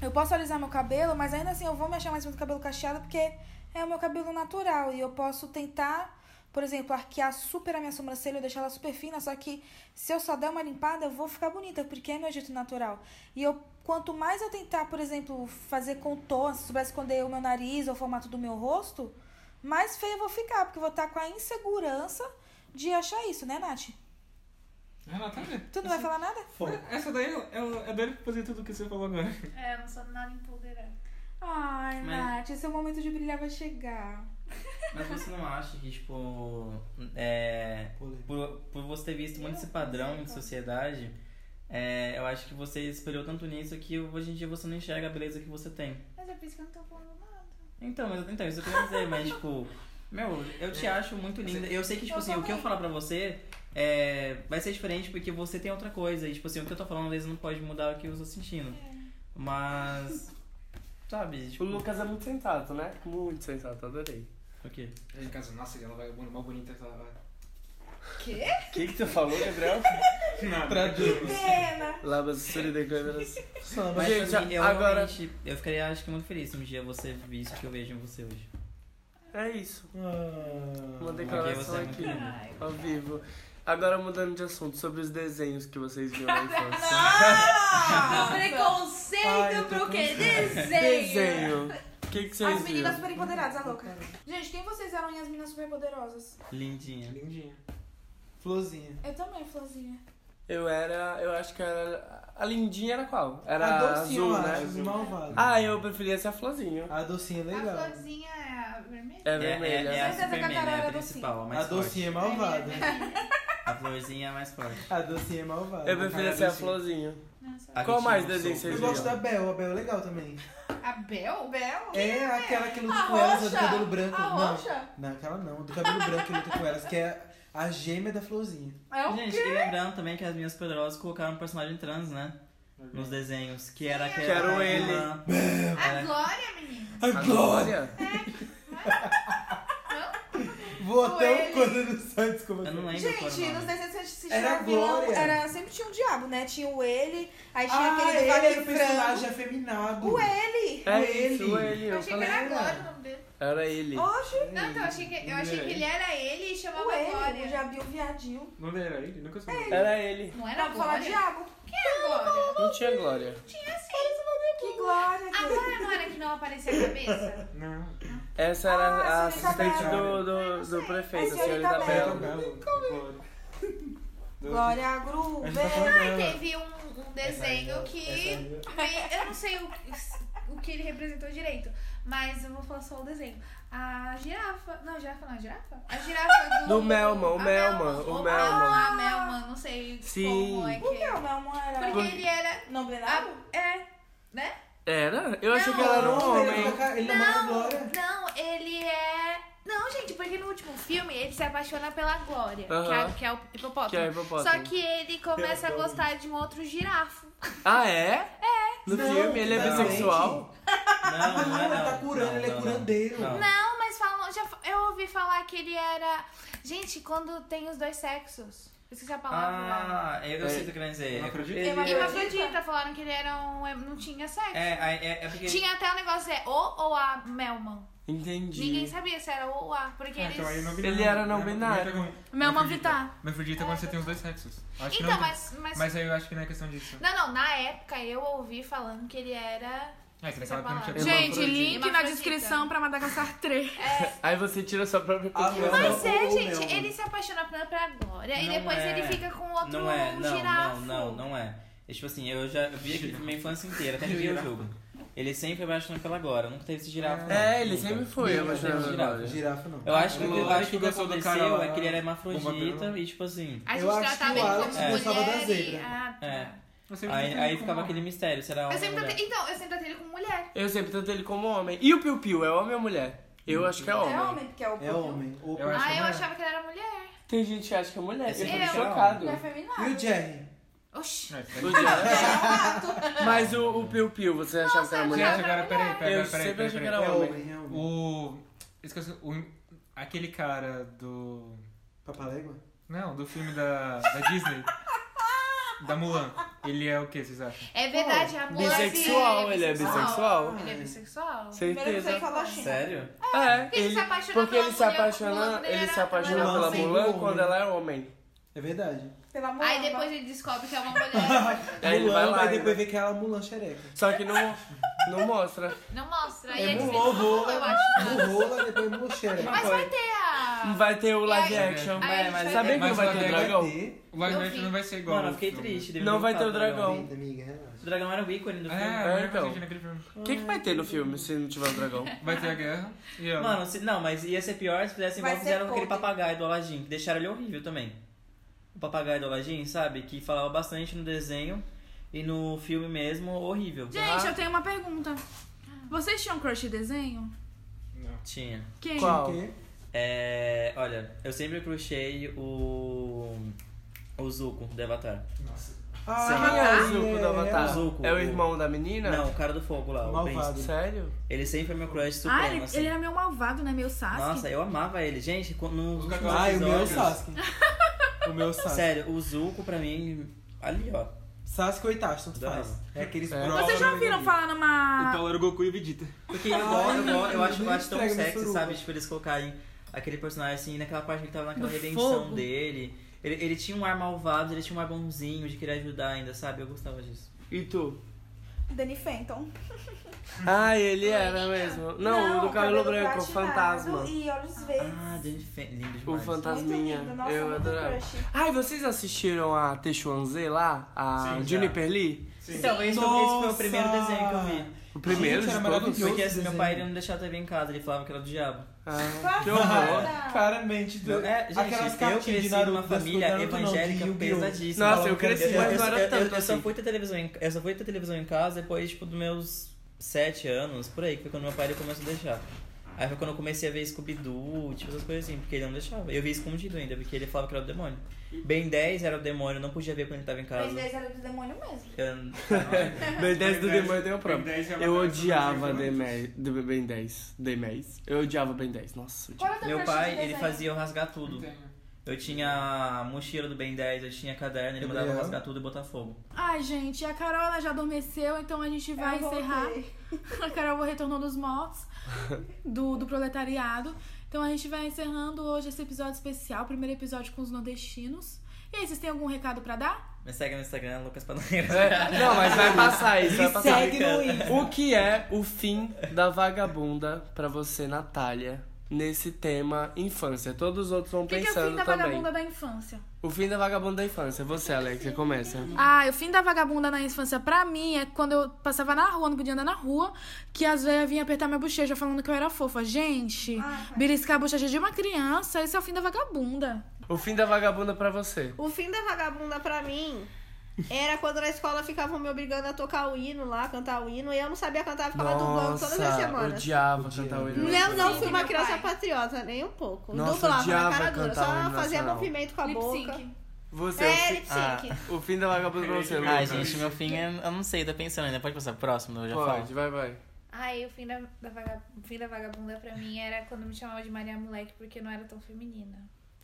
A: eu posso alisar meu cabelo, mas ainda assim eu vou mexer mais no cabelo cacheado porque é o meu cabelo natural. E eu posso tentar, por exemplo, arquear super a minha sobrancelha ou deixar ela super fina, só que se eu só der uma limpada, eu vou ficar bonita, porque é meu jeito natural. E eu, quanto mais eu tentar, por exemplo, fazer contorno, se souber esconder o meu nariz ou o formato do meu rosto, mais feia eu vou ficar, porque eu vou estar com a insegurança de achar isso, né, Nath?
E: Renata, olha,
A: Tu não vai falar nada?
E: essa daí ela- ela é doida pra fazer tudo o que você falou agora.
D: É, eu não sou nada empoderada.
A: Ai,
G: Mas-
A: Nath, esse é o momento de brilhar vai chegar.
G: Mas você não acha que, tipo, é, por, por você ter visto muito esse padrão em sociedade, é, eu acho que você espelhou tanto nisso que hoje em dia você não enxerga a beleza que você tem.
D: Mas é por isso que eu não tô falando nada.
G: Então, mas, então isso que eu queria dizer, mas, tipo, meu, eu
B: É.
G: te acho muito linda. Eu sei que, tipo
D: Eu
G: assim, o que eu
D: também.
G: falar pra você é, vai ser diferente porque você tem outra coisa. E, tipo assim, o que eu tô falando às vezes não pode mudar o que eu tô sentindo.
D: É.
G: Mas, sabe,
B: O
G: tipo,
B: Lucas é muito sensato, né? Muito sensato, adorei.
G: o quê?
E: Ele em casa, nossa, ela vai mal bonita que ela vai.
B: O que, que tu falou, Gabriel?
E: <laughs> Nada.
A: Pena!
B: <laughs> Labas suri de câmeras.
G: Mas
B: Gente,
G: pra mim, eu
B: agora-
G: realmente, eu ficaria acho que muito feliz se um dia você visse isso que eu vejo em você hoje.
B: É isso.
C: Ah,
B: Uma
G: Porque você
B: declaração
G: é muito
B: aqui,
G: linda.
B: ao vivo. Agora mudando de assunto, sobre os desenhos que vocês viram
G: <laughs>
B: na infância.
A: <laughs> Ah!
C: Ai, eu
D: Preconceito
C: tô
D: pro quê? Desenho!
B: Desenho. O que, que vocês
A: As meninas
B: viram?
A: super empoderadas, a louca. Gente, quem vocês eram em as meninas super poderosas?
G: Lindinha.
E: Lindinha.
C: Florzinha.
A: Eu também, Florzinha.
B: Eu era. Eu acho que era. A lindinha era qual? Era
C: a docinha,
B: azul,
C: eu
B: né?
C: acho, malvada.
B: Ah, eu preferia ser a florzinha.
C: A docinha é
D: A
C: legal.
D: florzinha é a vermelha?
B: É
G: É, é,
B: vermelha.
G: é a
A: Mas essa
G: Superman,
A: Catarina
G: né?
A: era
G: A principal, a mais
C: a docinha é
G: forte.
C: malvada.
G: A florzinha é a mais forte.
C: A docinha é malvada.
B: Eu preferia ser a
C: docinha.
B: florzinha.
D: Não, só-
G: A
B: Qual
G: que
B: mais
G: tinha um
B: desenho
G: soco.
B: vocês
C: Eu
B: viram?
C: gosto da Bel, a Bel é legal também.
D: A Bel?
A: Bel?
C: É aquela que luta
D: A
C: com elas, do
D: roxa?
C: cabelo branco.
D: A
C: não,
D: roxa?
C: não, aquela não, do cabelo branco que luta com elas, que é a gêmea da florzinha.
D: É o
G: Gente, e lembrando também que as minhas poderosas colocaram um personagem trans, né? Nos desenhos. Que era aquela.
B: Quero ele.
D: A Glória, menina.
C: A
B: Glória!
C: Vou até
D: Coelho.
C: o Conan dos Santos como
G: Eu não lembro qual
A: Gente,
G: era o
A: nos
G: nome.
A: desenhos que a gente assistia,
C: Era
A: era vilão,
C: Glória.
A: era, sempre tinha um diabo, né? Tinha o ele, aí tinha
C: Ah,
A: aquele do
C: ele era o
A: Vaqueiro Frango.
C: personagem afeminado.
A: O ele!
B: É
C: ele.
B: isso, ele.
D: Eu
B: Eu
D: achei que
B: falei.
D: era a Glória o nome dele.
B: Era ele.
A: Hoje,
D: Não, então eu achei que, eu achei que ele era ele e chamava
A: o ele, o
D: Glória.
A: diabinho viadinho.
E: Não é era ele? Nunca soube.
B: Era ele.
D: Não era
A: Pra falar
D: Glória?
A: diabo.
D: Quem é a Glória?
B: Não tinha glória.
D: Tinha sim.
A: Que glória,
D: A
A: Deus.
D: Glória não era que não aparecia a cabeça?
E: Não.
B: Essa era
A: Ah,
B: a
A: a senhorita
B: assistente
E: Bela.
B: do, do, do prefeito,
A: A
B: a
A: senhorita
B: senhorita
E: é
A: Bela.
B: Bela.
A: Glória
E: tá
A: Groove.
D: Ai, teve um, um
B: é-
D: desenho que. bem, eu não sei o, o que ele representou direito, mas eu vou falar só o desenho. A girafa. Não, girafa não, girafa? A girafa do.
B: Do Melman, o
D: a
B: Melman, o
D: ou
B: Melman.
D: A Melman, não sei
B: Sim.
D: como é
A: Por
D: que
A: que
D: é.
A: o meu amor era
D: Porque ele era.
A: não binário?
D: a- é. Né?
B: Era? Eu achei
D: Não.
B: que ela era um
C: Ele
B: homem.
C: namora- ele namora a Glória.
D: Não, ele é. Não, gente, porque no último filme ele se apaixona pela Glória, que, é,
B: Aham.
D: que é o hipopótamo.
B: Que é o hipopótamo.
D: Só que ele começa a gostar de um outro girafo.
B: Ah, é? É. No
C: Não,
B: filme, ele é
C: não.
B: bissexual?
G: Não, não,
C: Ah,
G: é,
C: ele
G: não.
C: tá curando,
G: Não,
C: ele é
G: não,
C: curandeiro.
G: Não.
D: Não, Ah, mas falam, já, fa- eu ouvi falar que ele era. Gente, quando tem os dois sexos. Eu Esqueci a palavra.
G: Ah, eu, eu sei o que eu quero dizer.
E: Não acredito.
G: Ele-
D: E Hemafrodita falaram que ele era um. Não tinha sexo.
G: É, é, é, é porque.
D: Tinha até o negócio é o ou a Melman. Ninguém
B: Entendi.
D: sabia se era o ou a, porque
E: Ah,
D: eles.
E: então aí não
B: Ele era não binário.
D: Melman Vittar.
E: Mas Vegeta é quando você tem os dois sexos. Acho que
D: Então,
E: não-
D: mas, mas.
E: Mas aí eu acho que não é questão disso.
D: Não, não, na época eu ouvi falando que ele era.
E: É, que naquela
D: Essa
E: época não tinha
D: palavra.
B: Gente,
E: Hemafrodita.
D: link na descrição
A: pra Madagascar 3.
D: É,
B: Aí você tira sua própria
H: tá
C: Ah,
B: conclusão.
C: não.
D: mas é,
C: Ou
D: gente,
C: Melman.
D: ele se apaixona pela pra Glória e
G: Não
D: depois
G: é.
D: ele fica com outro um
G: não é, não,
D: girafo.
G: não, não, não é. É Tipo assim, eu já vi aquele filme minha infância inteira, até joguei o jogo. Ele sempre apaixonou pela Glória, nunca teve esse girafa. não.
B: É, ele
G: Nunca.
B: sempre foi
G: Nunca teve
B: apaixonado
G: esse
B: pela
G: girafa.
B: Glória.
C: Girafa não.
G: Eu acho que, é
E: Eu
H: é
G: eu
E: acho
G: acho que
E: que
G: o que
E: gostou do
G: aconteceu
E: cara lá,
G: é que ele era hermafrodita
E: bombadão.
G: e tipo assim.
D: A gente
C: Eu acho
D: tratava
C: que o
D: ele
C: Alex
D: como mulher.
C: gostava da
D: e-
C: zebra.
D: Ah, tá.
G: É.
E: Eu sempre
G: Aí,
E: tentei
G: aí
E: com
G: ficava
E: uma.
G: aquele mistério, será
D: Eu
G: homem ou
D: sempre
G: mulher?
D: tratei, então, eu sempre tratei ele como mulher.
B: Eu sempre tratei ele como homem. E o Piu Piu, é homem ou mulher? Eu acho que é
A: É
B: homem.
A: homem, porque é o
C: É homem. Ou
E: Eu acho
D: ah,
E: que
D: eu
E: não é.
D: achava que ele era mulher.
B: Tem gente que acha que é mulher.
G: Esse
B: eu
G: é
B: fico
D: legal.
B: chocado.
D: Não é feminado.
H: E o Jerry?
A: Oxi.
E: Não,
B: O
E: peraí.
B: Jerry. Mas o, o Piu Piu, você achava que era
D: eu
E: Gente,
B: mulher?
E: agora, peraí,
B: Eu
E: peraí, peraí,
B: sempre
E: peraí,
B: achei que
E: peraí.
B: era
H: É
B: homem.
H: homem, é homem.
E: O... Esqueci, o... Aquele cara do...
H: Papalégua?
E: Não, do filme da, da Disney. da Mulan. Ele é o que, vocês acham?
D: É verdade, a mulher
B: Bissexual, ele é bissexual.
D: Ele é bissexual?
F: Primeiro que você
B: Certeza.
F: falar assim.
G: Sério?
B: É,
D: Porque ele se apaixona
B: porque
D: pela
B: ele se
D: mulher
B: apaixona,
D: quando ele
B: ele
D: era-
B: se apaixona
D: quando
B: pela
D: era
B: Mulan
H: homem.
B: quando ela é homem.
H: É verdade.
F: Pela mão.
D: Aí depois ele descobre que é uma mulher.
B: Aí ele vai
H: Mulan,
B: lá.
H: aí depois
B: né?
H: vê que ela é Mulan xereca.
B: Só que não, não mostra.
D: Não mostra. Aí
H: É
D: é
H: Mulan,
D: desvirtuou, eu acho.
H: Rola, depois Mulan xereca.
D: Mas vai ter
B: Não
D: a...
B: vai ter o live
D: aí-
B: action.
D: aí a gente vai
B: Sabia
D: ver.
B: que não
E: Mas
B: vai
E: vai
B: ter o
E: ter-
B: dragão?
E: O live
D: Eu
E: action
D: vi.
E: não vai ser igual.
G: Mano, eu
E: ao
G: fiquei
E: filme.
G: triste. devia
B: Não vai
G: voltar
B: ter o dragão.
H: Eita, Tá amiga, relaxa.
G: O dragão era o ícone do
E: É,
G: filme.
E: não
B: então.
E: vai ter naquele filme.
B: O que, que vai ter no filme se não tiver o dragão?
E: Vai ter a guerra. E ela.
G: Mano, se, não, mas ia ser pior se fizessem
F: Vai
G: igual
F: ser
G: fizeram com aquele
F: podre.
G: papagaio do Aladdin, que deixaram ele horrível também. O papagaio do Aladdin, sabe? Que falava bastante no desenho e no filme mesmo, horrível.
A: Gente, eu tenho uma pergunta.
G: Ah.
A: Vocês tinham crush de desenho?
E: Não.
G: Tinha.
A: Quem?
B: Qual?
G: É, olha, eu sempre crushei o. O Zuko, do Avatar.
E: Nossa.
B: Quem é o Zuko
H: é,
B: do Avatar?
G: o Zuko.
B: É o irmão da menina?
G: Não, o cara do fogo lá, o
H: Malvado.
G: Benji.
B: Sério?
G: Ele sempre foi meu crush supremo,
A: Ah, ele,
G: assim.
A: ele era meio malvado, né? Meio Sasuke.
G: Nossa, eu amava ele. Gente, quando- nos últimos
H: Ah, e o meu é o
G: episódios...
H: Sasuke. O meu é o Sasuke.
G: Sério, o Zuko pra mim, ali ó.
H: Sasuke ou Itachi, tanto
G: Dois.
H: faz. É aqueles
B: É.
H: bros.
A: Vocês já ouviram falar
E: O
A: numa...
E: tal era o Goku e o Vegeta.
G: Porque eu, gosto- eu, gosto- eu acho, eu
H: Não
G: acho tão
H: entrega no
G: sexy,
H: suruba.
G: sabe? Tipo, eles colocarem aquele personagem assim, naquela parte que ele tava naquela
A: Do
G: redenção
A: fogo.
G: dele. Ele, ele tinha um ar malvado, ele tinha um ar bonzinho de querer ajudar ainda, sabe? Eu gostava disso.
B: E tu?
F: Danny Fenton.
B: Ah, ele era mesmo. Não, o do cabelo branco, o fantasma.
F: E olhos verdes.
G: Ah, Danny Fan- lindo
B: O
G: demais.
B: fantasminha.
F: Muito lindo, nossa,
B: Eu
F: muito
B: adorava.
F: crush.
B: Ai, vocês assistiram a Teixuanzê lá? A
E: Sim, já.
B: Juniper Lee?
E: Sim.
G: Talvez Então, esse foi o primeiro
H: Nossa!
G: desenho que eu vi.
B: O primeiro
H: Gente, era
B: de todos?
H: maravilhoso.
G: Porque assim, meu pai
H: desenho.
G: ele não deixava a TV em casa, ele falava que era do diabo.
B: Ah, que horror.
H: Claramente. Do...
G: É, gente,
H: Aquelas
G: eu
H: cartinhas
G: cresci
H: de Naruto,
G: numa
H: das
G: família
H: Naruto, não, de
G: evangélica
H: Yu-Gi-Oh!
G: pesadíssima.
B: Nossa, eu cresci,
G: Eu,
B: mas
G: eu,
B: não era
G: eu- eu
B: tanto
G: só
B: assim.
G: fui ter televisão em, eu só fui ter televisão em casa depois, tipo, dos meus sete anos, por aí, que foi quando meu pai ele começou a deixar. Aí foi quando eu comecei a ver Scooby-Doo, tipo essas coisas assim, porque ele não deixava. Eu vi escondido ainda, porque ele falava que era o demônio. Ben 10 era o demônio, eu não podia ver quando ele tava em casa.
F: Mas vezes era do demônio mesmo.
G: Eu-
B: Ben 10 do Demônio tem o próprio.
E: Ben 10 é uma
B: Eu
E: das
B: odiava
E: coisas
B: Deme- do Ben 10. Demais. Eu odiava Ben 10. Nossa, eu
D: Qual
B: odiava.
D: é o teu
G: Meu
D: crush de
G: pai, ele
D: desenho?
G: fazia eu rasgar
E: que eu
G: tudo.
E: tenho.
G: Eu tinha a mochila do Ben 10, eu tinha caderno, ele mandava eu
H: Gabriel.
G: rasgar tudo e botar fogo.
A: Ai, gente, a Carol ela já adormeceu, então a gente vai
F: Eu voltei.
A: encerrar. <laughs> A Carol retornou dos mortos, do, do proletariado. Então a gente vai encerrando hoje esse episódio especial, primeiro episódio com os nordestinos. E aí, vocês têm algum recado pra dar?
G: Me segue no Instagram,
B: <laughs>
G: Lucas Panoeira.
B: É, não, mas vai passar isso, vai passar.
H: Segue no Insta.
B: O que é o fim da vagabunda pra você, Natália, nesse tema infância? Todos os outros vão
A: O que, que é o
B: pensando
A: fim da
B: também.
A: vagabunda da infância?
B: O fim da vagabunda da infância. Você, Alex, você começa.
A: Ah, o fim da vagabunda na infância pra mim é quando eu passava na rua, não podia andar na rua, que as velhas vinham apertar minha bochecha falando que eu era fofa. Gente, beliscar a bochecha de uma criança, esse é o fim da vagabunda.
B: O fim da vagabunda pra você.
F: é. O fim da vagabunda pra mim era quando na escola ficavam me obrigando a tocar o hino lá, cantar o hino, e eu não sabia cantar, ficava dublando todas as
B: Nossa,
F: semanas.
B: odiava cantar o hino.
F: Não, não fui uma
D: Meu
F: criança
D: pai.
F: patriota, nem um pouco.
B: Nossa,
F: Dublava na
B: odiava
F: cara dura,
B: cantar o
F: só
B: hino
F: fazia
B: nacional.
F: movimento com a
D: Lip
F: boca.
D: sync.
B: Você, o,
F: É,
B: fi-
F: lip
B: ah,
F: sync.
B: o fim da vagabunda pra você.
G: Ai,
B: Lucas.
G: Ah, gente, meu fim é. Eu não sei, tô pensando ainda. Pode passar pro próximo, eu já
B: Pode,
G: falo.
B: vai, vai.
D: Ai, o fim da, da vaga- o fim da vagabunda pra mim era quando me chamavam de Maria Moleque porque eu não era tão feminina.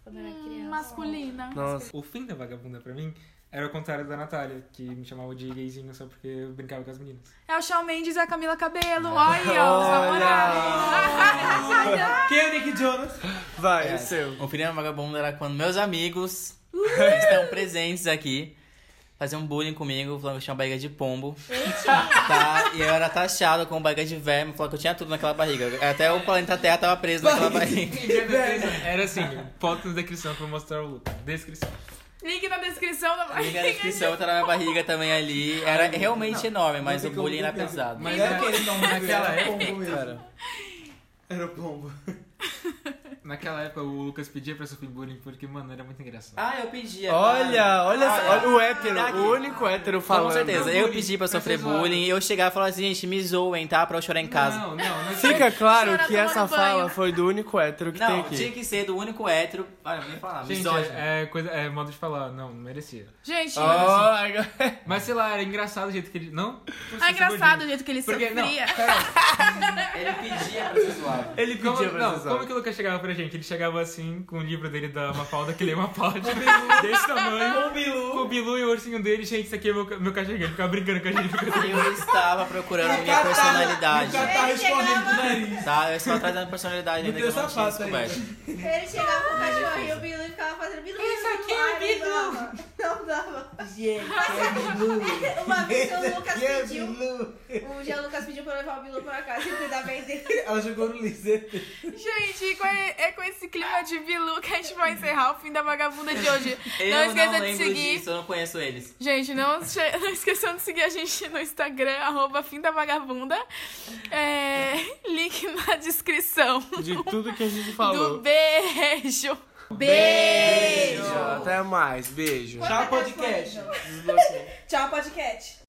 D: Quando eu era criança.
A: Masculina.
B: Nossa.
E: O fim da vagabunda pra mim era o contrário da Natália, que me chamava de gayzinho só porque eu brincava com as
B: <laughs>
E: meninas.
A: É o Shawn Mendes e a Camila Cabelo. Olha, os
B: Olha.
A: namorados. <laughs>
H: Quem é o Nick Jonas?
B: Vai,
G: É.
B: o seu.
G: O primeiro vagabundo era quando meus amigos que <laughs> estão presentes aqui faziam bullying comigo, falando que eu tinha uma barriga de pombo. tá? E eu era taxado com barriga de verme, falando que eu tinha tudo naquela barriga. Até o planeta Terra tava preso
B: <laughs>
G: naquela barriga.
B: é
E: Era assim, foto na descrição pra mostrar o look. Descrição.
A: Link na descrição da
G: Liga na descrição, tá na minha barriga também ali. Era realmente enorme, mas
H: não
G: o
H: tem
G: bullying
H: como
G: era
H: duvidar.
G: pesado. é
E: Mas era aquele nome
H: Era
E: naquela
H: o pombo mesmo.
B: Cara.
H: Era o pombo.
E: Naquela época o Lucas pedia pra sofrer bullying porque, mano, era muito engraçado.
G: Ah, eu pedi. é claro. Ah, é.
B: Olha, olha, só, olha o hétero,
G: Caraca.
B: o único hétero falando.
G: Com certeza, eu
E: bullying,
G: pedi pra
E: pra
G: sofrer
E: ser zoado.
G: bullying, eu chegava e falava assim, gente, me zoem, tá? Pra eu chorar em casa.
E: Não, não, não
B: Fica claro
D: Chora,
B: que
D: toma
B: essa
D: banho.
B: fala foi do único hétero que tem
G: Não,
B: aqui.
G: tinha que ser do único hétero. Olha, nem falar,
E: Gente,
G: misógino.
E: é, é coisa, é modo de falar, não, não merecia.
D: Gente, é
B: Oh, agora-
E: Mas sei lá, era engraçado o jeito que ele. Não? Por ser
D: é engraçado o
E: gordinho.
D: jeito que ele
E: Porque, não,
D: sofria.
G: Ele pedia pra ser zoado.
B: ele
E: Como,
B: pedia pra
E: não,
B: você
E: como que o Lucas chegava pra gente? Ele chegava assim, com o livro dele da Mafalda, que lê Mafalda, desse tamanho. Com o Bilu. Com o Bilu e o ursinho dele. Gente, isso aqui é meu, ca- meu cachorro. Ele ficava brincando com a gente.
G: Eu estava procurando minha personalidade,
C: Tá escorrendo do nariz.
G: tá? Eu estava trazendo personalidade ainda que eu não tinha descoberto.
F: Ele chegava com o
D: é
F: cachorrinho e o Bilu ficava fazendo Bilu. Isso aqui é Bilu. Não dava. Uma vez que o Lucas
C: é
F: pediu, o Jean Lucas pediu pra eu levar o Bilu pra casa e cuidar bem dele.
C: Ela jogou no Lisete.
D: Gente, com e- é com esse clima de Bilu que a gente vai encerrar o fim da vagabunda de hoje.
G: Eu
D: não
G: não,
D: esqueça de
G: lembro
D: seguir.
G: disso, eu não conheço eles.
D: Gente, não, che- <laughs> não esqueçam de seguir a gente no Instagram, arroba fim da vagabunda. É, link na descrição.
B: de tudo que a gente
D: Do
B: falou.
D: beijo.
B: Até mais, beijo. Tá
C: Tá
F: Tchau, podcast. Tchau, podcast.